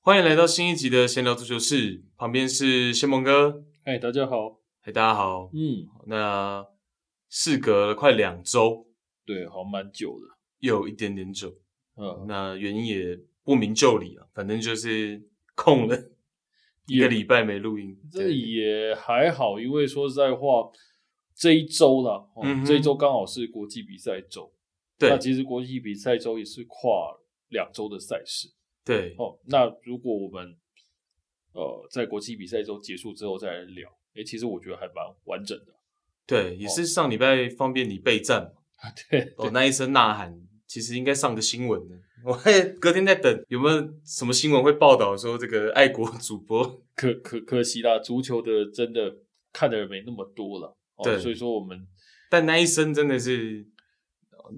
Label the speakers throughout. Speaker 1: 欢迎来到新一集的闲聊足球室，旁边是仙梦哥。
Speaker 2: 哎，大家好，
Speaker 1: 嗨，大家好。
Speaker 2: 嗯，
Speaker 1: 那事隔了快两周，
Speaker 2: 对，好像蛮久的，
Speaker 1: 有一点点久，
Speaker 2: 嗯，
Speaker 1: 那原因也不明就里了，反正就是空了一个
Speaker 2: 也
Speaker 1: 礼拜没录音。
Speaker 2: 这
Speaker 1: 对
Speaker 2: 也还好，因为说实在话，这一周啦，哦
Speaker 1: 嗯哼
Speaker 2: 这一周刚好是国际比赛周，那
Speaker 1: 对
Speaker 2: 其实国际比赛周也是跨两周的赛事
Speaker 1: 对，
Speaker 2: 哦。那如果我们呃在国际比赛周结束之后再来聊，哎，其实我觉得还蛮完整的，
Speaker 1: 对，也是上礼拜方便你备战嘛。
Speaker 2: 哦啊对，
Speaker 1: 哦，那一声呐喊，其实应该上个新闻的。我还隔天在等有没有什么新闻会报道说这个爱国主播。
Speaker 2: 可可可惜啦，足球的真的看的人没那么多了，
Speaker 1: 对
Speaker 2: 哦，所以说我们
Speaker 1: 但那一生真的是，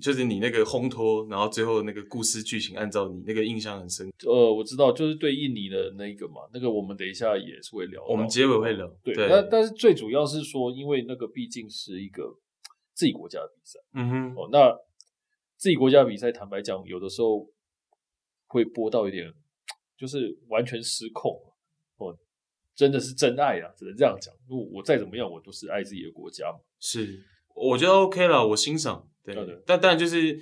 Speaker 1: 就是你那个烘托，然后最后那个故事剧情按照你那个印象很深。
Speaker 2: 呃，我知道，就是对印尼的那个嘛，那个我们等一下也是会聊到，
Speaker 1: 我们结尾会聊，
Speaker 2: 对，那但是最主要是说，因为那个毕竟是一个自己国家的比赛
Speaker 1: 嗯哼，
Speaker 2: 哦，那自己国家的比赛，坦白讲，有的时候会播到有点就是完全失控哦，真的是真爱啊，只能这样讲。如果我再怎么样，我都是爱自己的国家嘛，
Speaker 1: 是，我觉得 OK 了，我欣赏。对，
Speaker 2: 对对
Speaker 1: 但当然就是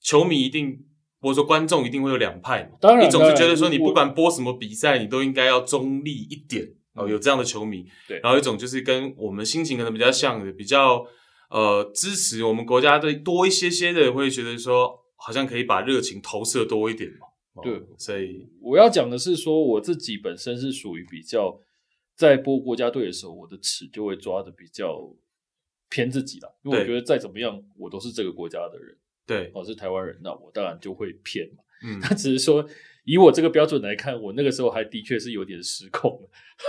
Speaker 1: 球迷一定，我说观众一定会有两派嘛。
Speaker 2: 当然
Speaker 1: 一种是觉
Speaker 2: 当
Speaker 1: 得
Speaker 2: 然
Speaker 1: 说你
Speaker 2: 我
Speaker 1: 不管播什么比赛，你都应该要中立一点哦，
Speaker 2: 嗯
Speaker 1: 有这样的球迷。
Speaker 2: 对
Speaker 1: 然后一种就是跟我们心情可能比较像的，比较呃支持我们国家队多一些些的，会觉得说好像可以把热情投射多一点嘛。哦
Speaker 2: 对
Speaker 1: 所以
Speaker 2: 我要讲的是说，我自己本身是属于比较在播国家队的时候，我的尺就会抓的比较偏自己啦，因为我
Speaker 1: 对
Speaker 2: 觉得再怎么样，我都是这个国家的人，
Speaker 1: 对，
Speaker 2: 我是台湾人，那我当然就会偏嘛。
Speaker 1: 嗯，
Speaker 2: 那只是说，以我这个标准来看，我那个时候还的确是有点失控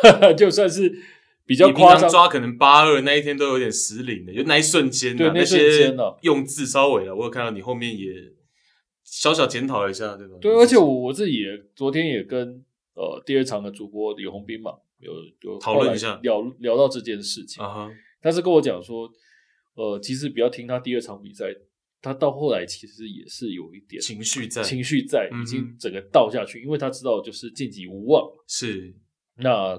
Speaker 2: 了， 就算是比较
Speaker 1: 你平
Speaker 2: 夸
Speaker 1: 常
Speaker 2: 张，
Speaker 1: 抓可能八二那一天都有点失灵的，就那一瞬间、啊，
Speaker 2: 对
Speaker 1: 那
Speaker 2: 那瞬
Speaker 1: 些
Speaker 2: 间啊
Speaker 1: 用字稍微了，我有看到你后面也小小检讨了一下，对吧？
Speaker 2: 对，而且我我自己也昨天也跟呃第二场的主播李红斌嘛，有有
Speaker 1: 讨论
Speaker 2: 后来
Speaker 1: 一下
Speaker 2: 聊聊到这件事情
Speaker 1: 啊哈，
Speaker 2: 他是跟我讲说，呃，其实不要听他第二场比赛，他到后来其实也是有一点
Speaker 1: 情绪在
Speaker 2: 情绪在，
Speaker 1: 嗯哼
Speaker 2: 已经整个倒下去，因为他知道就是晋级无望。
Speaker 1: 是
Speaker 2: 那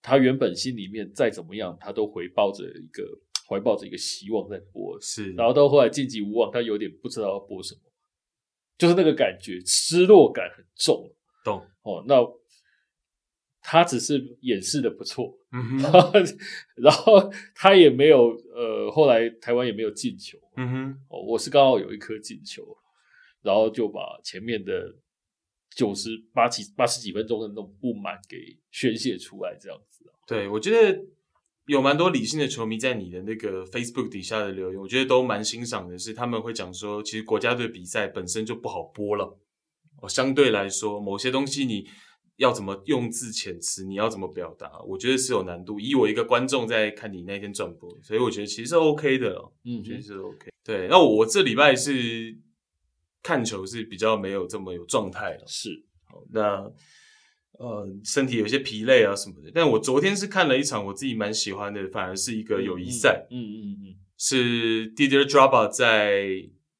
Speaker 2: 他原本心里面再怎么样，他都回抱着一个怀抱着一个希望在播，
Speaker 1: 是，
Speaker 2: 然后到后来晋级无望，他有点不知道要播什么，就是那个感觉，失落感很重
Speaker 1: 懂，
Speaker 2: 哦。那他只是掩饰的不错，
Speaker 1: 嗯哼，
Speaker 2: 然后然后他也没有呃，后来台湾也没有进球、
Speaker 1: 嗯哼，
Speaker 2: 哦，我是刚好有一颗进球，然后就把前面的九十八几八十几分钟的那种不满给宣泄出来，这样子啊
Speaker 1: 对我觉得有蛮多理性的球迷在你的那个 Facebook 底下的留言，我觉得都蛮欣赏的是，他们会讲说，其实国家队比赛本身就不好播了。哦，相对来说，某些东西你要怎么用字遣词，你要怎么表达，我觉得是有难度。以我一个观众在看你那天转播，所以我觉得其实是 OK 的哦，
Speaker 2: 嗯
Speaker 1: 我觉得
Speaker 2: 哼
Speaker 1: 是 OK。对，那我这礼拜是看球是比较没有这么有状态了，
Speaker 2: 是
Speaker 1: 那呃身体有些疲累啊什么的。但我昨天是看了一场我自己蛮喜欢的，反而是一个友谊赛，，
Speaker 2: 嗯嗯嗯嗯，
Speaker 1: 是 Didier Draba 在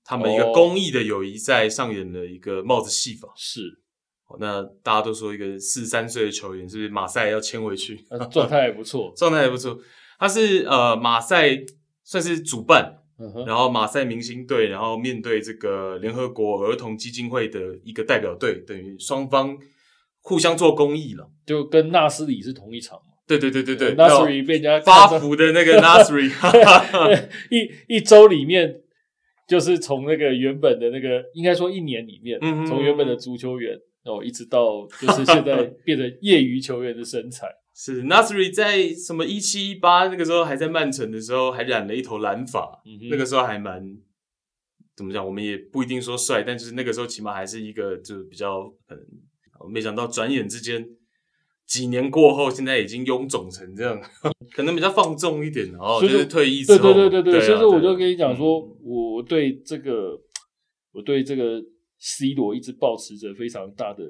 Speaker 1: 他们一个
Speaker 2: 哦
Speaker 1: 公益的友谊赛上演了一个帽子戏法。
Speaker 2: 是，
Speaker 1: 哦那大家都说一个四十三岁的球员是不是马赛要签回去？，
Speaker 2: 那啊状态还不错
Speaker 1: 状态还不错，他是呃马赛算是主办，
Speaker 2: 嗯哼，
Speaker 1: 然后马赛明星队，然后面对这个联合国儿童基金会的一个代表队，等于双方互相做公益了。
Speaker 2: 就跟纳斯里是同一场嘛，
Speaker 1: 对对对对对，
Speaker 2: 纳斯里被人家
Speaker 1: 那发
Speaker 2: 看上
Speaker 1: 福的那 个 Nasri，
Speaker 2: 一 一周里面，就是从那个原本的那个，应该说一年里面，
Speaker 1: 嗯哼嗯
Speaker 2: 从原本的足球员哦，一直到就是现在变成业余球员的 身材，
Speaker 1: 是 Nasri 在什么一七一八那个时候还在曼城的时候，还染了一头蓝发，
Speaker 2: 嗯哼
Speaker 1: 那个时候还蛮怎么讲，我们也不一定说帅，但就是那个时候起码还是一个就是比较嗯，没想到转眼之间几年过后，现在已经臃肿成这样， 可能比较放纵一点哦，
Speaker 2: 所以
Speaker 1: 就
Speaker 2: 就是
Speaker 1: 退役之
Speaker 2: 对
Speaker 1: 后，
Speaker 2: 对对对
Speaker 1: 对啊，
Speaker 2: 所以说我
Speaker 1: 对啊
Speaker 2: 就跟你讲说，
Speaker 1: 嗯
Speaker 2: 我我对这个，我对这个 C 罗一直保持着非常大的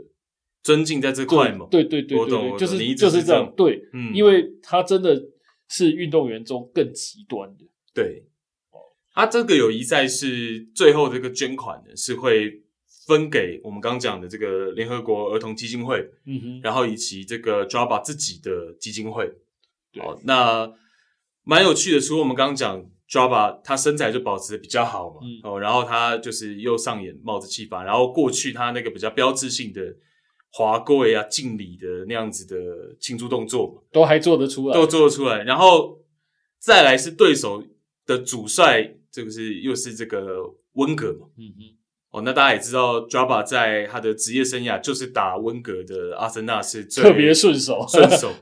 Speaker 1: 尊敬在这块嘛，
Speaker 2: 对对对
Speaker 1: 我
Speaker 2: 对
Speaker 1: 懂我
Speaker 2: 对，
Speaker 1: 懂
Speaker 2: 就
Speaker 1: 你一
Speaker 2: 是
Speaker 1: 直
Speaker 2: 就是是
Speaker 1: 这
Speaker 2: 这
Speaker 1: 样
Speaker 2: 样，对，
Speaker 1: 嗯
Speaker 2: 因为他真的是运动员中更极端的，
Speaker 1: 对，啊，这个友谊赛是最后这个捐款呢是会分给我们刚讲的这个联合国儿童基金会，
Speaker 2: 嗯哼，
Speaker 1: 然后以及这个 Java 自己的基金会。
Speaker 2: 对
Speaker 1: 好，那蛮有趣的，除了我们刚刚讲 Java，他身材就保持的比较好嘛，
Speaker 2: 嗯
Speaker 1: 哦，然后他就是又上演帽子戏法，然后过去他那个比较标志性的华贵啊、敬礼的那样子的庆祝动作嘛，
Speaker 2: 都还做得出来，
Speaker 1: 都做得出来，然后再来是对手的主帅，这个是又是这个温格嘛。
Speaker 2: 嗯哼，
Speaker 1: 哦，那大家也知道 j a b a 在他的职业生涯就是打温格的阿森纳是最
Speaker 2: 特别顺手，
Speaker 1: 顺手。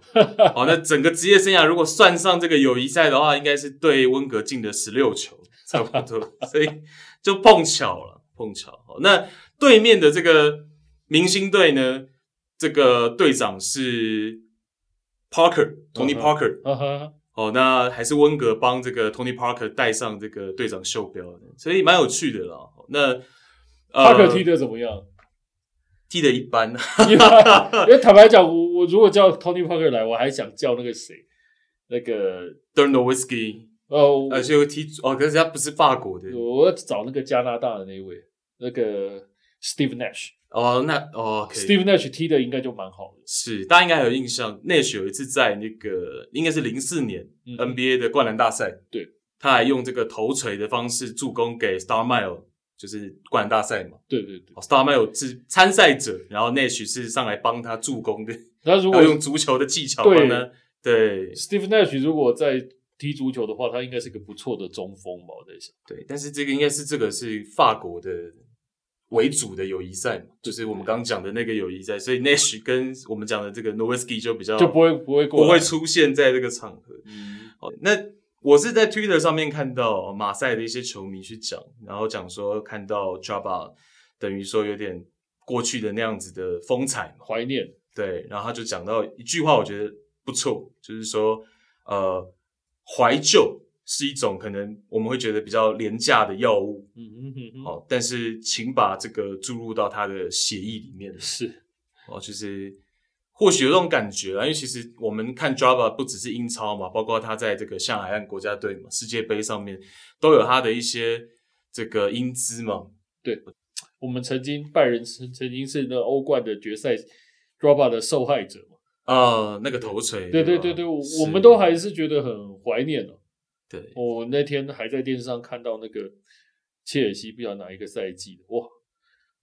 Speaker 1: 哦，那整个职业生涯如果算上这个友谊赛的话，应该是对温格进的十六球，差不多。所以就碰巧了，碰巧。哦那对面的这个明星队呢，这个队长是 Parker，Tony
Speaker 2: 嗯哼
Speaker 1: Parker。
Speaker 2: 哈哈，
Speaker 1: 哦，那还是温格帮这个 Tony Parker 戴上这个队长袖标的，所以蛮有趣的啦。哦那
Speaker 2: 帕
Speaker 1: 呃
Speaker 2: 克踢的怎 么样？
Speaker 1: 踢的一般，
Speaker 2: 因为因为坦 白讲，我我如果叫 Tony Parker 来，我还想叫那个谁，那个
Speaker 1: d e r n o w i s k y
Speaker 2: 呃，我
Speaker 1: 而且踢哦，可是他不是法国的
Speaker 2: 我要找那个加拿大的那一位，那个 Steve Nash，Steve
Speaker 1: 哦，那哦可以
Speaker 2: Nash 踢的应该就蛮好的。
Speaker 1: 是大家应该还有印象，Nash 有一次在那个应该是零四年
Speaker 2: 嗯
Speaker 1: NBA 的灌篮大赛，
Speaker 2: 对，
Speaker 1: 他还用这个头锤的方式助攻给 Star Mile，就是灌篮大赛嘛、
Speaker 2: 对对对，
Speaker 1: 哦、，Star Mile 是参赛者，然后 Nash 是上来帮他助攻的。
Speaker 2: 那如
Speaker 1: 如
Speaker 2: 果
Speaker 1: 果用足球的技巧
Speaker 2: 对
Speaker 1: 帮他，对
Speaker 2: Steve Nash 如果在踢足球的话，他应该是个不错的中锋吧？我在想，
Speaker 1: 对，但是这个应该是这个是法国的为主的友谊赛嘛，就是我们刚刚讲的那个友谊赛，所以 Nash 跟我们讲的这个 n o w i s k y 就比较
Speaker 2: 就不会不会过
Speaker 1: 哦不
Speaker 2: 来
Speaker 1: 会。出现在这个场合。
Speaker 2: 嗯
Speaker 1: 好，那我是在 Twitter 上面看到马赛的一些球迷去讲，然后讲说看到 Jabba 等于说有点过去的那样子的风采嘛，
Speaker 2: 怀念，
Speaker 1: 对，然后他就讲到一句话，我觉得不错，就是说，呃，怀旧是一种可能我们会觉得比较廉价的药物，
Speaker 2: 嗯嗯嗯，
Speaker 1: 哦，但是请把这个注入到他的血液里面，
Speaker 2: 是，
Speaker 1: 哦，就是或许有这种感觉啦，因为其实我们看 Java 不只是英超嘛，包括他在这个象海岸国家队嘛、世界杯上面都有他的一些这个英姿嘛，
Speaker 2: 我们曾经拜仁曾曾经是那欧冠的决赛 d r o b a 的受害者嘛？
Speaker 1: 啊，那个头锤，
Speaker 2: 对对
Speaker 1: 吧
Speaker 2: 对对，我
Speaker 1: 是
Speaker 2: 我们都还是觉得很怀念哦。
Speaker 1: 对
Speaker 2: 我那天还在电视上看到那个切尔西，不晓得哪一个赛季的哇，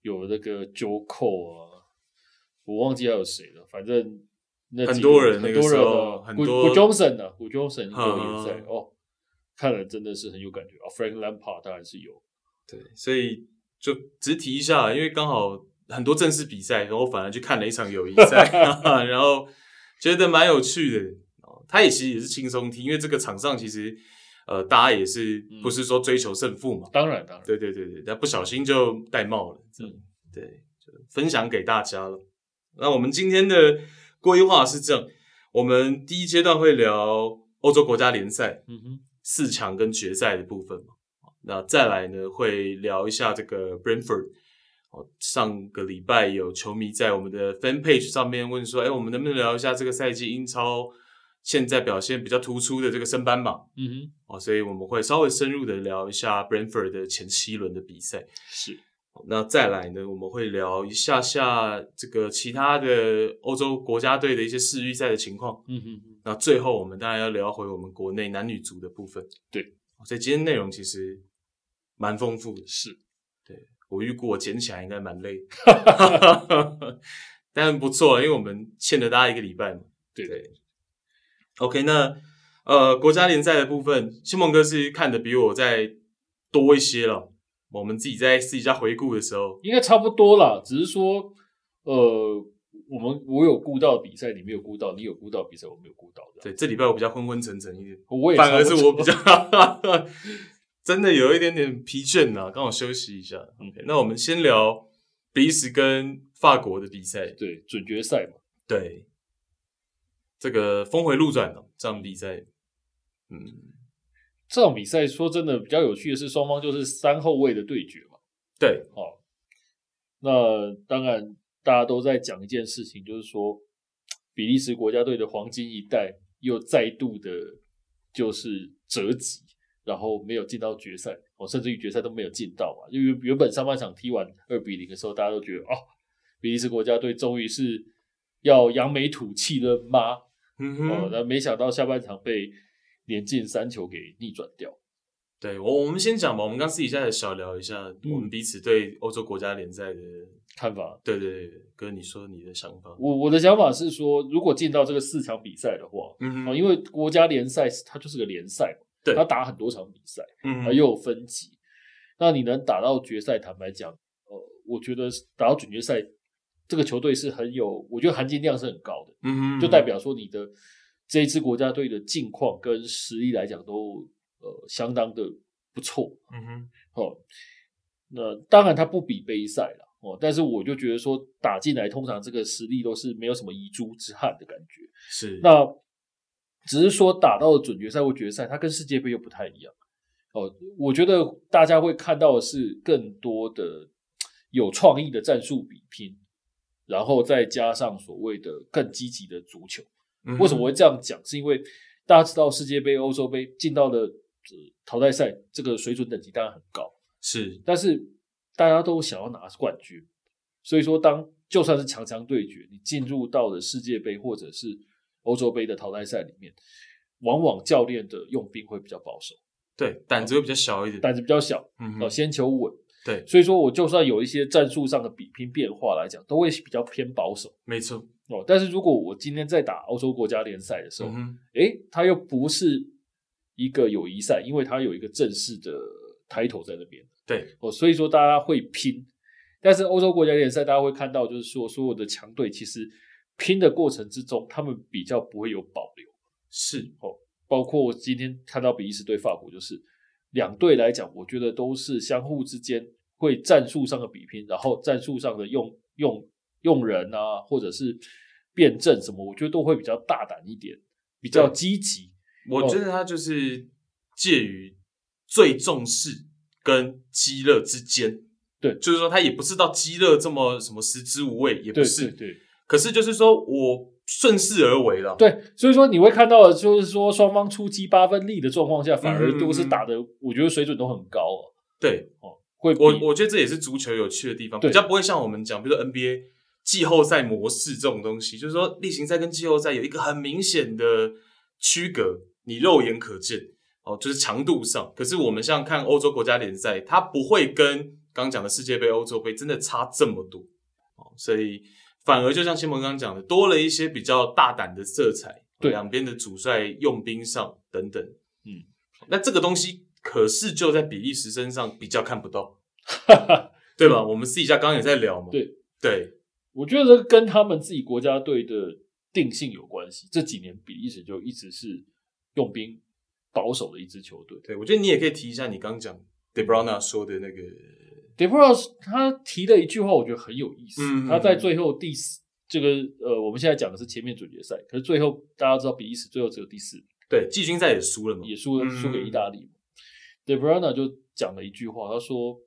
Speaker 2: 有那个 j o c o 啊，我忘记还有谁了，反正那
Speaker 1: 很
Speaker 2: 几
Speaker 1: 多
Speaker 2: 个
Speaker 1: 人
Speaker 2: 很
Speaker 1: 那个
Speaker 2: 多
Speaker 1: 时
Speaker 2: 人
Speaker 1: 候
Speaker 2: 啊
Speaker 1: 很
Speaker 2: 古
Speaker 1: 多
Speaker 2: 古 Johnson 啊，古 Johnson 都有在
Speaker 1: 嗯
Speaker 2: 哦，看了真的是很有感觉啊。Frank Lampard 当然是有，
Speaker 1: 对，所以就只提一下，因为刚好很多正式比赛，然后我反而去看了一场友谊赛， 然后觉得蛮有趣的。哦他也其实也是轻松踢，因为这个场上其实呃大家也是
Speaker 2: 嗯
Speaker 1: 不是说追求胜负嘛，
Speaker 2: 当然当然，
Speaker 1: 对对对对，但不小心就戴帽了，这样、对，就分享给大家了。那我们今天的规划是这样，我们第一阶段会聊欧洲国家联赛，
Speaker 2: 嗯哼，
Speaker 1: 四强跟决赛的部分嘛。哦那再来呢，会聊一下这个 Brentford。哦，上个礼拜有球迷在我们的 Fan Page 上面问说，哎，我们能不能聊一下这个赛季英超现在表现比较突出的这个升班马？
Speaker 2: 嗯哼，
Speaker 1: 哦，所以我们会稍微深入的聊一下 Brentford 的前七轮的比赛。哦
Speaker 2: 是
Speaker 1: 那再来呢，我们会聊一下下这个其他的欧洲国家队的一些世预赛的情况。
Speaker 2: 嗯哼哼，
Speaker 1: 那最后我们当然要聊回我们国内男女足的部分。哦
Speaker 2: 对，
Speaker 1: 所以今天内容其实蛮丰富的。
Speaker 2: 是
Speaker 1: 我预估我捡起来应该蛮累， 但不错，啊因为我们欠了大家一个礼拜嘛。
Speaker 2: 对
Speaker 1: 对 OK，那呃，国家联赛的部分，新梦哥是看的比我在多一些了。我们自己在私底下回顾的时候，
Speaker 2: 应该差不多啦，只是说，呃，我们我有顾到比赛，你没有顾到，你有顾到比赛，我没有顾到的。
Speaker 1: 对这礼拜我比较昏昏沉沉一点，
Speaker 2: 我也
Speaker 1: 反而是
Speaker 2: 差不
Speaker 1: 我
Speaker 2: 多
Speaker 1: 比较 真的有一点点疲倦了、刚好休息一下。
Speaker 2: 嗯
Speaker 1: OK，那我们先聊比利时跟法国的比赛。
Speaker 2: 对准决赛嘛，
Speaker 1: 对，这个峰回路转哦，这场比赛，嗯，
Speaker 2: 这场比赛说真的比较有趣的是，双方就是三后卫的对决嘛。
Speaker 1: 对，
Speaker 2: 哦，那当然大家都在讲一件事情，就是说比利时国家队的黄金一代又再度的，就是折戟，然后没有进到决赛，哦，甚至于决赛都没有进到啊嘛。因为原本上半场踢完二比零的时候，大家都觉得哦，比利时国家队终于是要扬眉吐气了吗？
Speaker 1: 嗯
Speaker 2: 哦，
Speaker 1: 哼，
Speaker 2: 那没想到下半场被连进三球给逆转掉。
Speaker 1: 对我我们先讲吧，我们刚私底下也小聊一下我们彼此对欧洲国家联赛的，
Speaker 2: 看法，
Speaker 1: 对对对，哥你说你的想法，
Speaker 2: 我我的想法是说，如果进到这个四强比赛的话，
Speaker 1: 嗯
Speaker 2: 哦，
Speaker 1: 哼，
Speaker 2: 因为国家联赛是它就是个联赛嘛，
Speaker 1: 对
Speaker 2: 它打很多场比赛，
Speaker 1: 嗯
Speaker 2: 啊，又有分级，那你能打到决赛，坦白讲，呃，我觉得打到总决赛，这个球队是很有，我觉得含金量是很高的，
Speaker 1: 嗯哼，
Speaker 2: 就代表说你的这一支国家队的境况跟实力来讲都呃相当的不错，
Speaker 1: 嗯哼，
Speaker 2: 哦，那当然它不比杯赛了哦，但是我就觉得说打进来，通常这个实力都是没有什么遗珠之憾的感觉。
Speaker 1: 是
Speaker 2: 那只是说打到了准决赛或决赛，它跟世界杯又不太一样哦。我觉得大家会看到的是更多的嘖有创意的战术比拼，然后再加上所谓的更积极的足球。
Speaker 1: 嗯哼
Speaker 2: 为什么我会这样讲？是因为大家知道世界杯、欧洲杯进到了、呃淘汰赛，这个水准等级当然很高。
Speaker 1: 是
Speaker 2: 但是大家都想要拿冠军，所以说当就算是强强对决，你进入到了世界杯或者是欧洲杯的淘汰赛里面，往往教练的用兵会比较保守，
Speaker 1: 对胆子会比较小一点，
Speaker 2: 胆子比较小，
Speaker 1: 嗯
Speaker 2: 哦，
Speaker 1: 哼，
Speaker 2: 先求稳。
Speaker 1: 对，
Speaker 2: 所以说我就算有一些战术上的比拼变化来讲，都会比较偏保守
Speaker 1: 没错，
Speaker 2: 哦。但是如果我今天在打欧洲国家联赛的时候，
Speaker 1: 嗯哼，
Speaker 2: 诶，它又不是一个友谊赛，因为它有一个正式的 title 在那边。
Speaker 1: 对，
Speaker 2: 哦，所以说大家会拼，但是欧洲国家联赛大家会看到，就是说所有的强队其实拼的过程之中，他们比较不会有保留，
Speaker 1: 是，
Speaker 2: 包括我今天看到比利时对法国，就是两队来讲，我觉得都是相互之间会战术上的比拼，然后战术上的用用用人啊，或者是辩证什么，我觉得都会比较大胆一点，比较
Speaker 1: 对
Speaker 2: 积极。哦
Speaker 1: 我觉得他就是介于最重视跟激乐之间。
Speaker 2: 对
Speaker 1: 就是说他也不是到激乐这么什么食之无味，也不
Speaker 2: 对
Speaker 1: 是。
Speaker 2: 对对，
Speaker 1: 可是就是说我顺势而为了。
Speaker 2: 对，所以说你会看到，的就是说双方出击八分力的状况下，反而都是
Speaker 1: 嗯
Speaker 2: 打的，我觉得水准都很高哦。
Speaker 1: 对，
Speaker 2: 哦，会比
Speaker 1: 我我觉得这也是足球有趣的地方，
Speaker 2: 对
Speaker 1: 比较不会像我们讲，比如说 NBA 季后赛模式这种东西，就是说例行赛跟季后赛有一个很明显的区隔，你肉眼可见哦，就是强度上。可是我们像看欧洲国家联赛，它不会跟刚讲的世界杯、欧洲杯真的差这么多哦，所以反而就像新蒙刚刚讲的，多了一些比较大胆的色彩，
Speaker 2: 对
Speaker 1: 两边的主帅用兵上等等，
Speaker 2: 嗯，
Speaker 1: 那这个东西可是就在比利时身上比较看不到。对吧？我们私底下刚刚也在聊嘛。
Speaker 2: 对
Speaker 1: 对，
Speaker 2: 我觉得这跟他们自己国家队的定性有关系。这几年比利时就一直是用兵保守的一支球队。
Speaker 1: 对，我觉得你也可以提一下你刚讲 De Bruyne 说的那个，
Speaker 2: d e b r u s 他提了一句话，我觉得很有意思。
Speaker 1: 嗯
Speaker 2: 他在最后第四，这个呃，我们现在讲的是前面准决赛，可是最后大家知道比利时最后只有第四名
Speaker 1: 对，季军赛也输了嘛。
Speaker 2: 也输了
Speaker 1: 嗯
Speaker 2: 输给意大利嘛。De Bruyne 就讲了一句话，他说：“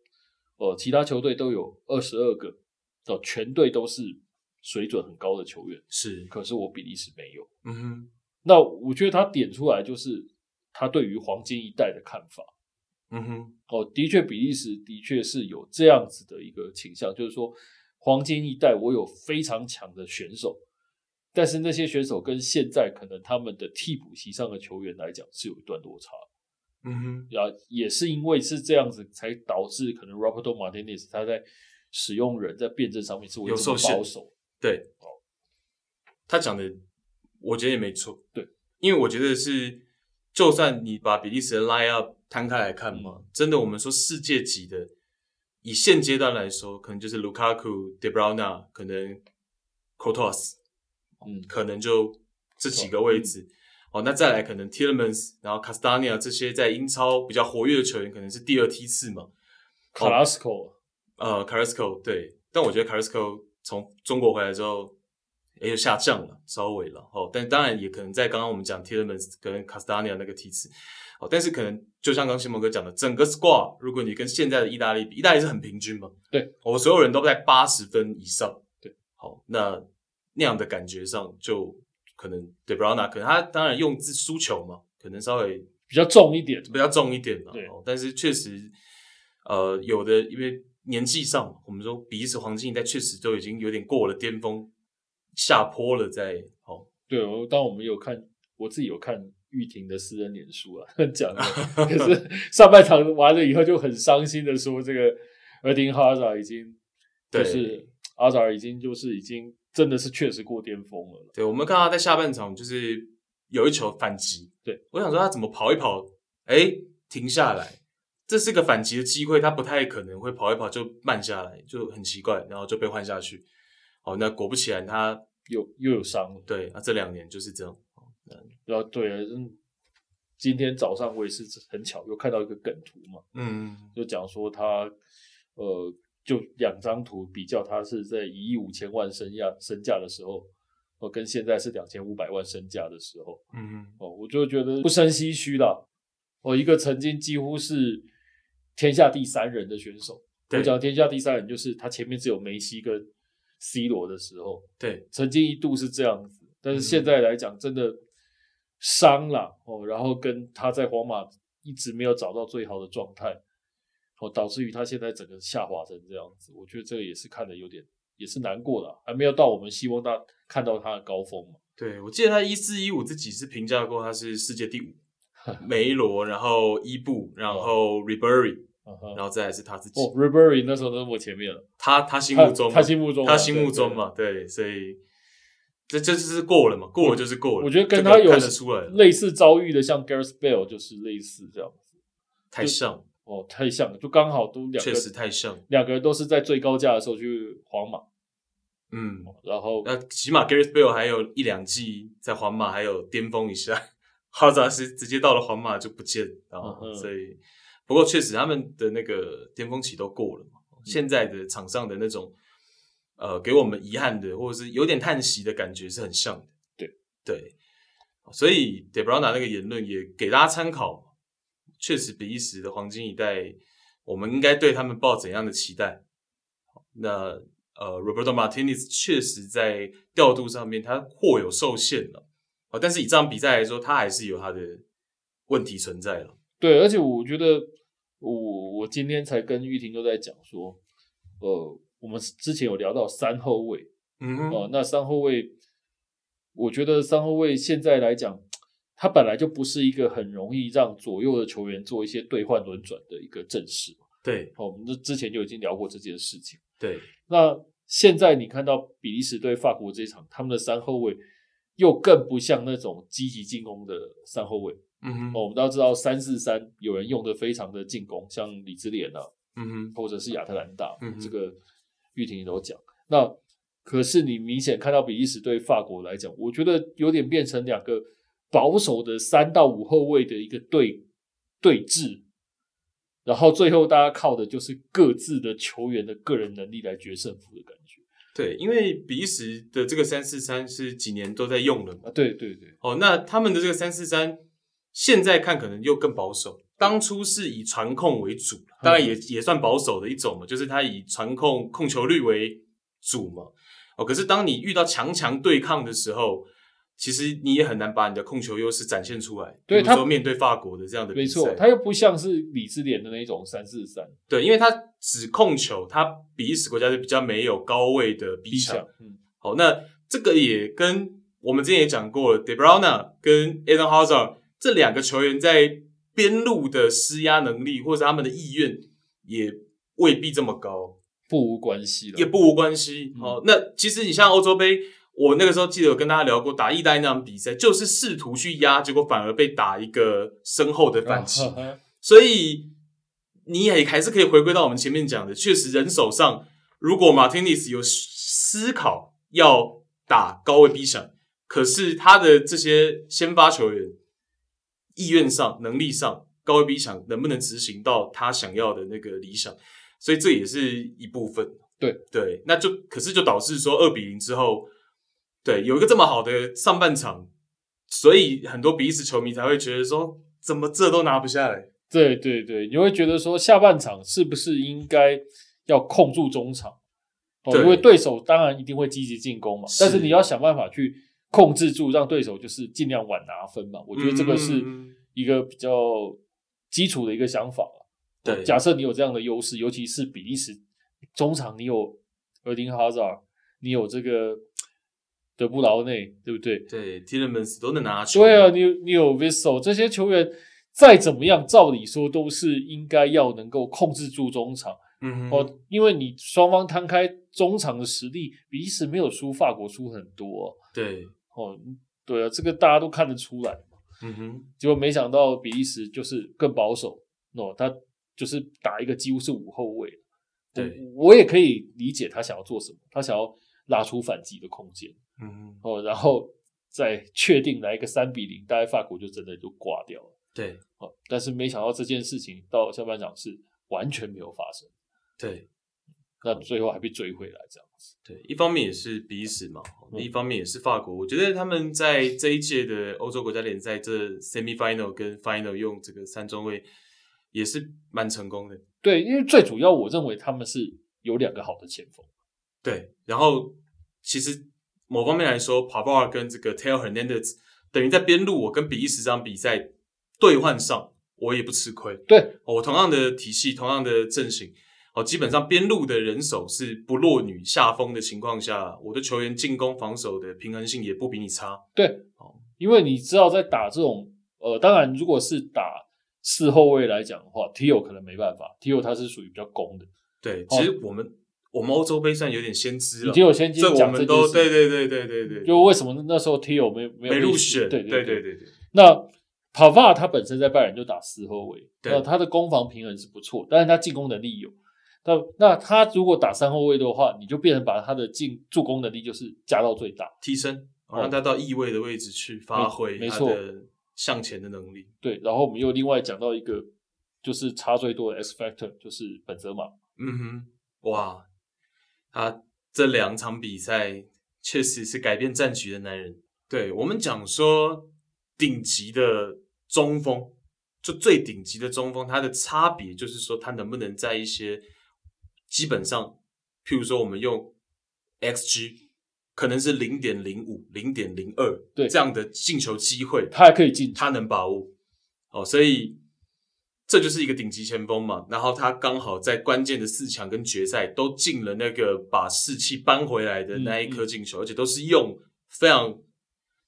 Speaker 2: 呃，其他球队都有二十二个，哦、全队都是水准很高的球员，
Speaker 1: 是，
Speaker 2: 可是我比利时没有。
Speaker 1: 嗯哼，”
Speaker 2: 那我觉得他点出来就是他对于黄金一代的看法。
Speaker 1: 嗯哼，
Speaker 2: 哦，的确，比利时的确是有这样子的一个倾向，就是说，黄金一代我有非常强的选手，但是那些选手跟现在可能他们的替补席上的球员来讲是有一段落差的。
Speaker 1: 嗯哼，
Speaker 2: 啊，也是因为是这样子，才导致可能 Roberto Martinez 他在使用人在辩证上面是会
Speaker 1: 有
Speaker 2: 这么
Speaker 1: 受限
Speaker 2: 保守。
Speaker 1: 对，他讲的，我觉得也没错。
Speaker 2: 对，
Speaker 1: 因为我觉得是，就算你把比利时的 line up 摊开来看
Speaker 2: 嗯
Speaker 1: 嘛，真的，我们说世界级的，以现阶段来说，可能就是 Lukaku、De Bruyne，可能 c o t o s
Speaker 2: 嗯，
Speaker 1: 可能就这几个位置。哦，那再来可能 Tillemans，然后 Castagna 这些在英超比较活跃的球员，可能是第二梯次嘛。
Speaker 2: 卡拉斯 o
Speaker 1: 呃，Carrasco 对，但我觉得 Carrasco 从中国回来之后也有下降了，稍微了哦。但当然也可能在刚刚我们讲 Tillemans 跟 Castagna 那个梯次哦，但是可能就像刚新蒙哥讲的，整个 squad 如果你跟现在的意大利比，意大利是很平均嘛，哦
Speaker 2: 对，
Speaker 1: 我、所有人都在八十分以上，
Speaker 2: 对，
Speaker 1: 好，那那样的感觉上就可能 De Bruyne 可能他当然用字输球嘛，可能稍微
Speaker 2: 比较重一点，
Speaker 1: 比较重一点了。
Speaker 2: 对
Speaker 1: 哦，但是确实，呃，有的因为年纪上，我们说彼此黄金一代确实都已经有点过了巅峰，下坡了在，哦，
Speaker 2: 对，我当我们有看，我自己有看玉婷的私人脸书啊， 讲的可 是上半场完了以后就很伤心的说，这个尔丁哈扎已经
Speaker 1: 对
Speaker 2: 就是阿扎尔已经就是已经真的是确实过巅峰了啦。
Speaker 1: 对，我们看到他在下半场就是有一球反击，
Speaker 2: 对
Speaker 1: 我想说他怎么跑一跑，哎，停下来，这是个反击的机会，他不太可能会跑一跑就慢下来，就很奇怪，然后就被换下去。哦，那果不其然他，
Speaker 2: 又又有伤了，
Speaker 1: 对啊，这两年就是这样。
Speaker 2: 然后对啊，嗯，今天早上我也是很巧又看到一个梗图嘛，
Speaker 1: 嗯，
Speaker 2: 就讲说他呃，就两张图比较，他是在一亿五千万身价身价的时候，呃，跟现在是两千五百万身价的时候，
Speaker 1: 嗯，
Speaker 2: 哦，我就觉得不生唏嘘啦。哦，一个曾经几乎是天下第三人的选手，
Speaker 1: 对
Speaker 2: 我讲天下第三人就是他前面只有梅西跟 C 罗的时候，
Speaker 1: 对，
Speaker 2: 曾经一度是这样子，但是
Speaker 1: 嗯
Speaker 2: 现在来讲，真的伤了哦，然后跟他在皇马一直没有找到最好的状态，哦，导致于他现在整个下滑成这样子，我觉得这个也是看的有点也是难过的啊，还没有到我们希望他看到他的高峰嘛，
Speaker 1: 对，我记得他一四一五自己是评价过他是世界第 五，梅罗，然后伊布，然后 Ribery，
Speaker 2: 啊哈
Speaker 1: 然后再来是他自己，
Speaker 2: 哦 r i b e r y 那时候都在我前面了，
Speaker 1: 他他心
Speaker 2: 他
Speaker 1: 目中嘛，
Speaker 2: 他心目中啊
Speaker 1: 他心目中，嘛，对，所以这这就是过了嘛，过了就是过
Speaker 2: 对对
Speaker 1: 了。
Speaker 2: 我觉得跟
Speaker 1: 这
Speaker 2: 他
Speaker 1: 个
Speaker 2: 有
Speaker 1: 看得出来了，
Speaker 2: 类似遭遇的，像 Gareth Bale 就是类似这样子，
Speaker 1: 太像，
Speaker 2: 哦，太像了，就刚好都两个
Speaker 1: 确实太像。
Speaker 2: 两个人都是在最高价的时候去皇马，
Speaker 1: 嗯，
Speaker 2: 然后
Speaker 1: 那起码 Gareth Bale 还有一两季在皇马还有巅峰一下，哈扎斯直接到了皇马就不见了，然后
Speaker 2: 嗯哼
Speaker 1: 所以不过确实他们的那个巅峰期都过了嘛，
Speaker 2: 嗯
Speaker 1: 现在的场上的那种呃给我们遗憾的或者是有点叹息的感觉是很像的，
Speaker 2: 对
Speaker 1: 对，哦所以 De b r a n a 那个言论也给大家参考，确实比利时的黄金一代，我们应该对他们抱怎样的期待？那呃，Roberto Martinez 确实在调度上面他或有受限了，哦，但是以这场比赛来说，他还是有他的问题存在了。
Speaker 2: 对，而且我觉得我我今天才跟玉婷都在讲说，呃，我们之前有聊到三后卫
Speaker 1: 嗯
Speaker 2: 哦、
Speaker 1: 哼，
Speaker 2: 那三后卫，我觉得三后卫现在来讲，他本来就不是一个很容易让左右的球员做一些兑换轮转的一个阵势
Speaker 1: 对
Speaker 2: 哦，我们这之前就已经聊过这件事情。
Speaker 1: 对，
Speaker 2: 那现在你看到比利时对法国这一场，他们的三后卫又更不像那种积极进攻的三后卫。
Speaker 1: 嗯
Speaker 2: 哦，
Speaker 1: 哼，
Speaker 2: 我们都知道三四三有人用的非常的进攻，像李智廉啊，
Speaker 1: 嗯哼，
Speaker 2: 或者是亚特兰大，
Speaker 1: 嗯哼
Speaker 2: 这个玉婷也都讲。那可是你明显看到比利时对法国来讲，我觉得有点变成两个保守的三到五后卫的一个对对峙，然后最后大家靠的就是各自的球员的个人能力来决胜负的感觉
Speaker 1: 对，因为比利时的这个三四三是几年都在用了嘛，
Speaker 2: 啊！对对对，
Speaker 1: 哦，那他们的这个三四三，现在看可能又更保守。当初是以传控为主，当然也
Speaker 2: 嗯
Speaker 1: 也算保守的一种嘛，就是他以传控控球率为主嘛。哦，可是当你遇到强强对抗的时候，其实你也很难把你的控球优势展现出来。
Speaker 2: 对
Speaker 1: 比如说
Speaker 2: 他
Speaker 1: 面对法国的这样的比
Speaker 2: 没
Speaker 1: 赛，
Speaker 2: 错，他又不像是李智廉的那种三四三
Speaker 1: 对，因为他只控球，他比利时国家队比较没有高位的逼
Speaker 2: 逼
Speaker 1: 抢
Speaker 2: 抢，。嗯，
Speaker 1: 好，那这个也跟我们之前也讲过了 d e b r a n a 跟 Eden Hazard 这两个球员在边路的施压能力，或者他们的意愿，也未必这么高，
Speaker 2: 不无关系了，
Speaker 1: 也不无关系。
Speaker 2: 嗯
Speaker 1: 哦，那其实你像欧洲杯，我那个时候记得有跟大家聊过，打意大利那场比赛，就是试图去压，结果反而被打一个身后的反
Speaker 2: 哦
Speaker 1: 击。所以你也还是可以回归到我们前面讲的，确实人手上，如果马丁内斯有思考要打高位逼抢，可是他的这些先发球员意愿上、能力上，高位逼抢能不能执行到他想要的那个理想，所以这也是一部分。
Speaker 2: 对
Speaker 1: 对，那就可是就导致说二比零之后，对有一个这么好的上半场，所以很多比利时球迷才会觉得说，怎么这都拿不下来。
Speaker 2: 对对对，你会觉得说下半场是不是应该要控住中场？哦，
Speaker 1: 对
Speaker 2: 因为对手当然一定会积极进攻嘛，
Speaker 1: 是
Speaker 2: 但是你要想办法去控制住，让对手就是尽量晚拿分嘛。我觉得这个是
Speaker 1: 嗯
Speaker 2: 一个比较基础的一个想法啊
Speaker 1: 对，
Speaker 2: 假设你有这样的优势，尤其是比利时中场，你有厄丁哈扎尔，你有这个德布劳内，对不对？
Speaker 1: 对 t i l e m a n s 都能拿球，
Speaker 2: 对啊，你有你有 Vissel 这些球员，再怎么样，照理说都是应该要能够控制住中场。
Speaker 1: 嗯哼，
Speaker 2: 哦，因为你双方摊开中场的实力，比利时没有输法国输很多
Speaker 1: 对，
Speaker 2: 哦。哦对啊，这个大家都看得出来。
Speaker 1: 嗯哼，
Speaker 2: 结果没想到比利时就是更保守，哦，他就是打一个几乎是五后卫。
Speaker 1: 对
Speaker 2: 我，我也可以理解他想要做什么，他想要拉出反击的空间
Speaker 1: 嗯哼，
Speaker 2: 哦，然后再确定来一个三比零，大概法国就真的就挂掉了。
Speaker 1: 对
Speaker 2: 哦，但是没想到这件事情到下半场是完全没有发生，
Speaker 1: 对。
Speaker 2: 那
Speaker 1: 嗯
Speaker 2: 最后还被追回来这样子。
Speaker 1: 对，一方面也是比利时嘛，
Speaker 2: 嗯
Speaker 1: 一方面也是法国。我觉得他们在这一届的欧洲国家联赛这 semi final 跟 final 用这个三中卫也是蛮成功的。
Speaker 2: 对，因为最主要我认为他们是有两个好的前锋，
Speaker 1: 对，然后其实某方面来说，Pavar 跟这个 Taylor Hernandez 等于在边路，我跟比利时这场比赛兑换上，我也不吃亏。
Speaker 2: 对
Speaker 1: 哦，我同样的体系，同样的阵型，哦，基本上边路的人手是不落女下风的情况下，我的球员进攻防守的平衡性也不比你差。
Speaker 2: 对
Speaker 1: 哦，
Speaker 2: 因为你知道在打这种呃，当然如果是打四后卫来讲的话，Tio 可能没办法，Tio 他是属于比较攻的，
Speaker 1: 对，
Speaker 2: 哦
Speaker 1: 其实我们、我们欧洲杯算有点先知
Speaker 2: 已
Speaker 1: 了，
Speaker 2: 经有先进
Speaker 1: 啊这我
Speaker 2: 讲这
Speaker 1: 们
Speaker 2: 件
Speaker 1: 都
Speaker 2: 事，
Speaker 1: 对对对对对对，
Speaker 2: 就为什么那时候 Tio 没没有
Speaker 1: 没
Speaker 2: 被
Speaker 1: 入选，
Speaker 2: 对
Speaker 1: 对
Speaker 2: 对
Speaker 1: 对对，
Speaker 2: 那帕帕他本身在拜仁就打四后卫，
Speaker 1: 对
Speaker 2: 那他的攻防平衡是不错，但是他进攻能力有。那那他如果打三后卫的话，你就变成把他的进助攻能力就是加到最大，
Speaker 1: 提升，
Speaker 2: 哦嗯
Speaker 1: 让他到翼位的位置去发挥
Speaker 2: 没
Speaker 1: 他
Speaker 2: 错
Speaker 1: 的向前的能力。
Speaker 2: 对。然后我们又另外讲到一个，就是差最多的 X factor 就是本泽马，
Speaker 1: 嗯哼，哇，他这两场比赛确实是改变战局的男人。对我们讲说，顶级的中锋，就最顶级的中锋，它的差别就是说，他能不能在一些基本上，譬如说我们用 xg，可能是零点零五、零点零二
Speaker 2: 对
Speaker 1: 这样的进球机会，
Speaker 2: 他还可以进球，
Speaker 1: 他能把握哦，所以这就是一个顶级前锋嘛。然后他刚好在关键的四强跟决赛都进了那个把士气扳回来
Speaker 2: 嗯
Speaker 1: 的那一颗进球，而且都是用非常，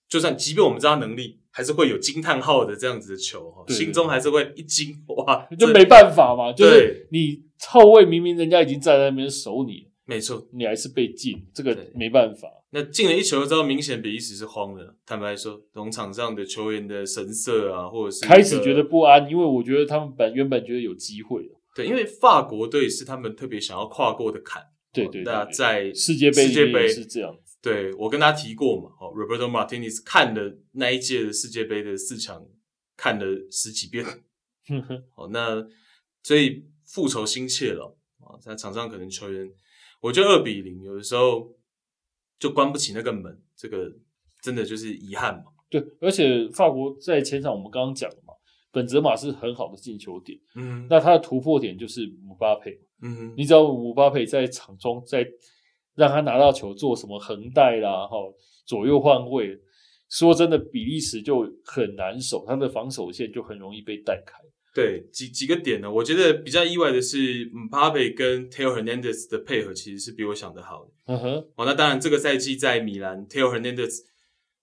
Speaker 1: 就算即便我们知道他能力，还是会有惊叹号的这样子的球哈，
Speaker 2: 对
Speaker 1: 心中还是会一惊哇，
Speaker 2: 就
Speaker 1: 这
Speaker 2: 没办法嘛，就
Speaker 1: 对
Speaker 2: 是你后卫明明人家已经站在那边守你，
Speaker 1: 没错。
Speaker 2: 你还是被进，这个
Speaker 1: 对
Speaker 2: 没办法。
Speaker 1: 那进了一球之后，明显比利时是慌了。坦白说，从场上的球员的神色啊，或者是
Speaker 2: 开始
Speaker 1: 那个
Speaker 2: 觉得不安，因为我觉得他们本原本觉得有机会的，
Speaker 1: 对，因为法国队是他们特别想要跨过的坎。
Speaker 2: 对对对
Speaker 1: 哦那
Speaker 2: 对
Speaker 1: 在
Speaker 2: 世界杯
Speaker 1: 世界
Speaker 2: 里面
Speaker 1: 杯
Speaker 2: 也是这样子。
Speaker 1: 对我跟他提过嘛，哦，Roberto Martinez 看了那一届的世界杯的四强，看了十几遍，哦，那所以复仇心切了啊，在场上可能球员，我觉得二比零有的时候就关不起那个门，这个真的就是遗憾嘛，
Speaker 2: 对，而且法国在前场，我们刚刚讲了嘛，本泽马是很好的进球点，
Speaker 1: 嗯
Speaker 2: 那他的突破点就是姆巴佩，
Speaker 1: 嗯
Speaker 2: 你只要姆巴佩在场中在让他拿到球做什么横带啦，哈，左右换位，说真的，比利时就很难守，他的防守线就很容易被带开。
Speaker 1: 对几几个点呢，我觉得比较意外的是 m p a p e 跟 Taylor Hernandez 的配合其实是比我想的好的。
Speaker 2: 嗯哼，
Speaker 1: 哦，那当然，这个赛季在米兰，Taylor Hernandez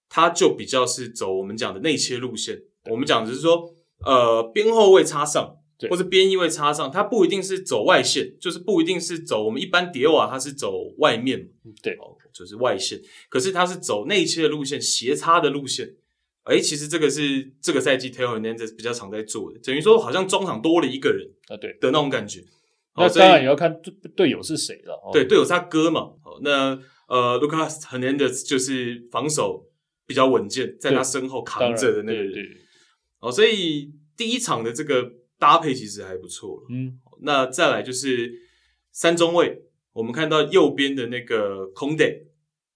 Speaker 1: 他就比较是走我们讲的内切路线。我们讲的是说，呃，边后卫插上，
Speaker 2: 对
Speaker 1: 或者边翼位插上，他不一定是走外线，就是不一定是走我们一般迪瓦，他是走外面嘛
Speaker 2: 嗯对，
Speaker 1: 哦，就是外线。可是他是走内切的路线，斜插的路线。哎，其实这个是这个赛季 Taylor Hernandez 比较常在做的，等于说好像中场多了一个人
Speaker 2: 啊对，
Speaker 1: 的那种感觉。
Speaker 2: 那
Speaker 1: 哦所以
Speaker 2: 当然也要看队队友是谁了。哦
Speaker 1: 对，队友是他哥嘛。哦那呃，Lucas Hernandez 就是防守比较稳健，在他身后
Speaker 2: 当
Speaker 1: 扛
Speaker 2: 然
Speaker 1: 着的那个
Speaker 2: 对
Speaker 1: 人。
Speaker 2: 对，
Speaker 1: 哦，所以第一场的这个搭配其实还不错了。哦
Speaker 2: 嗯。
Speaker 1: 那再来就是三中卫，我们看到右边的那个 Conde，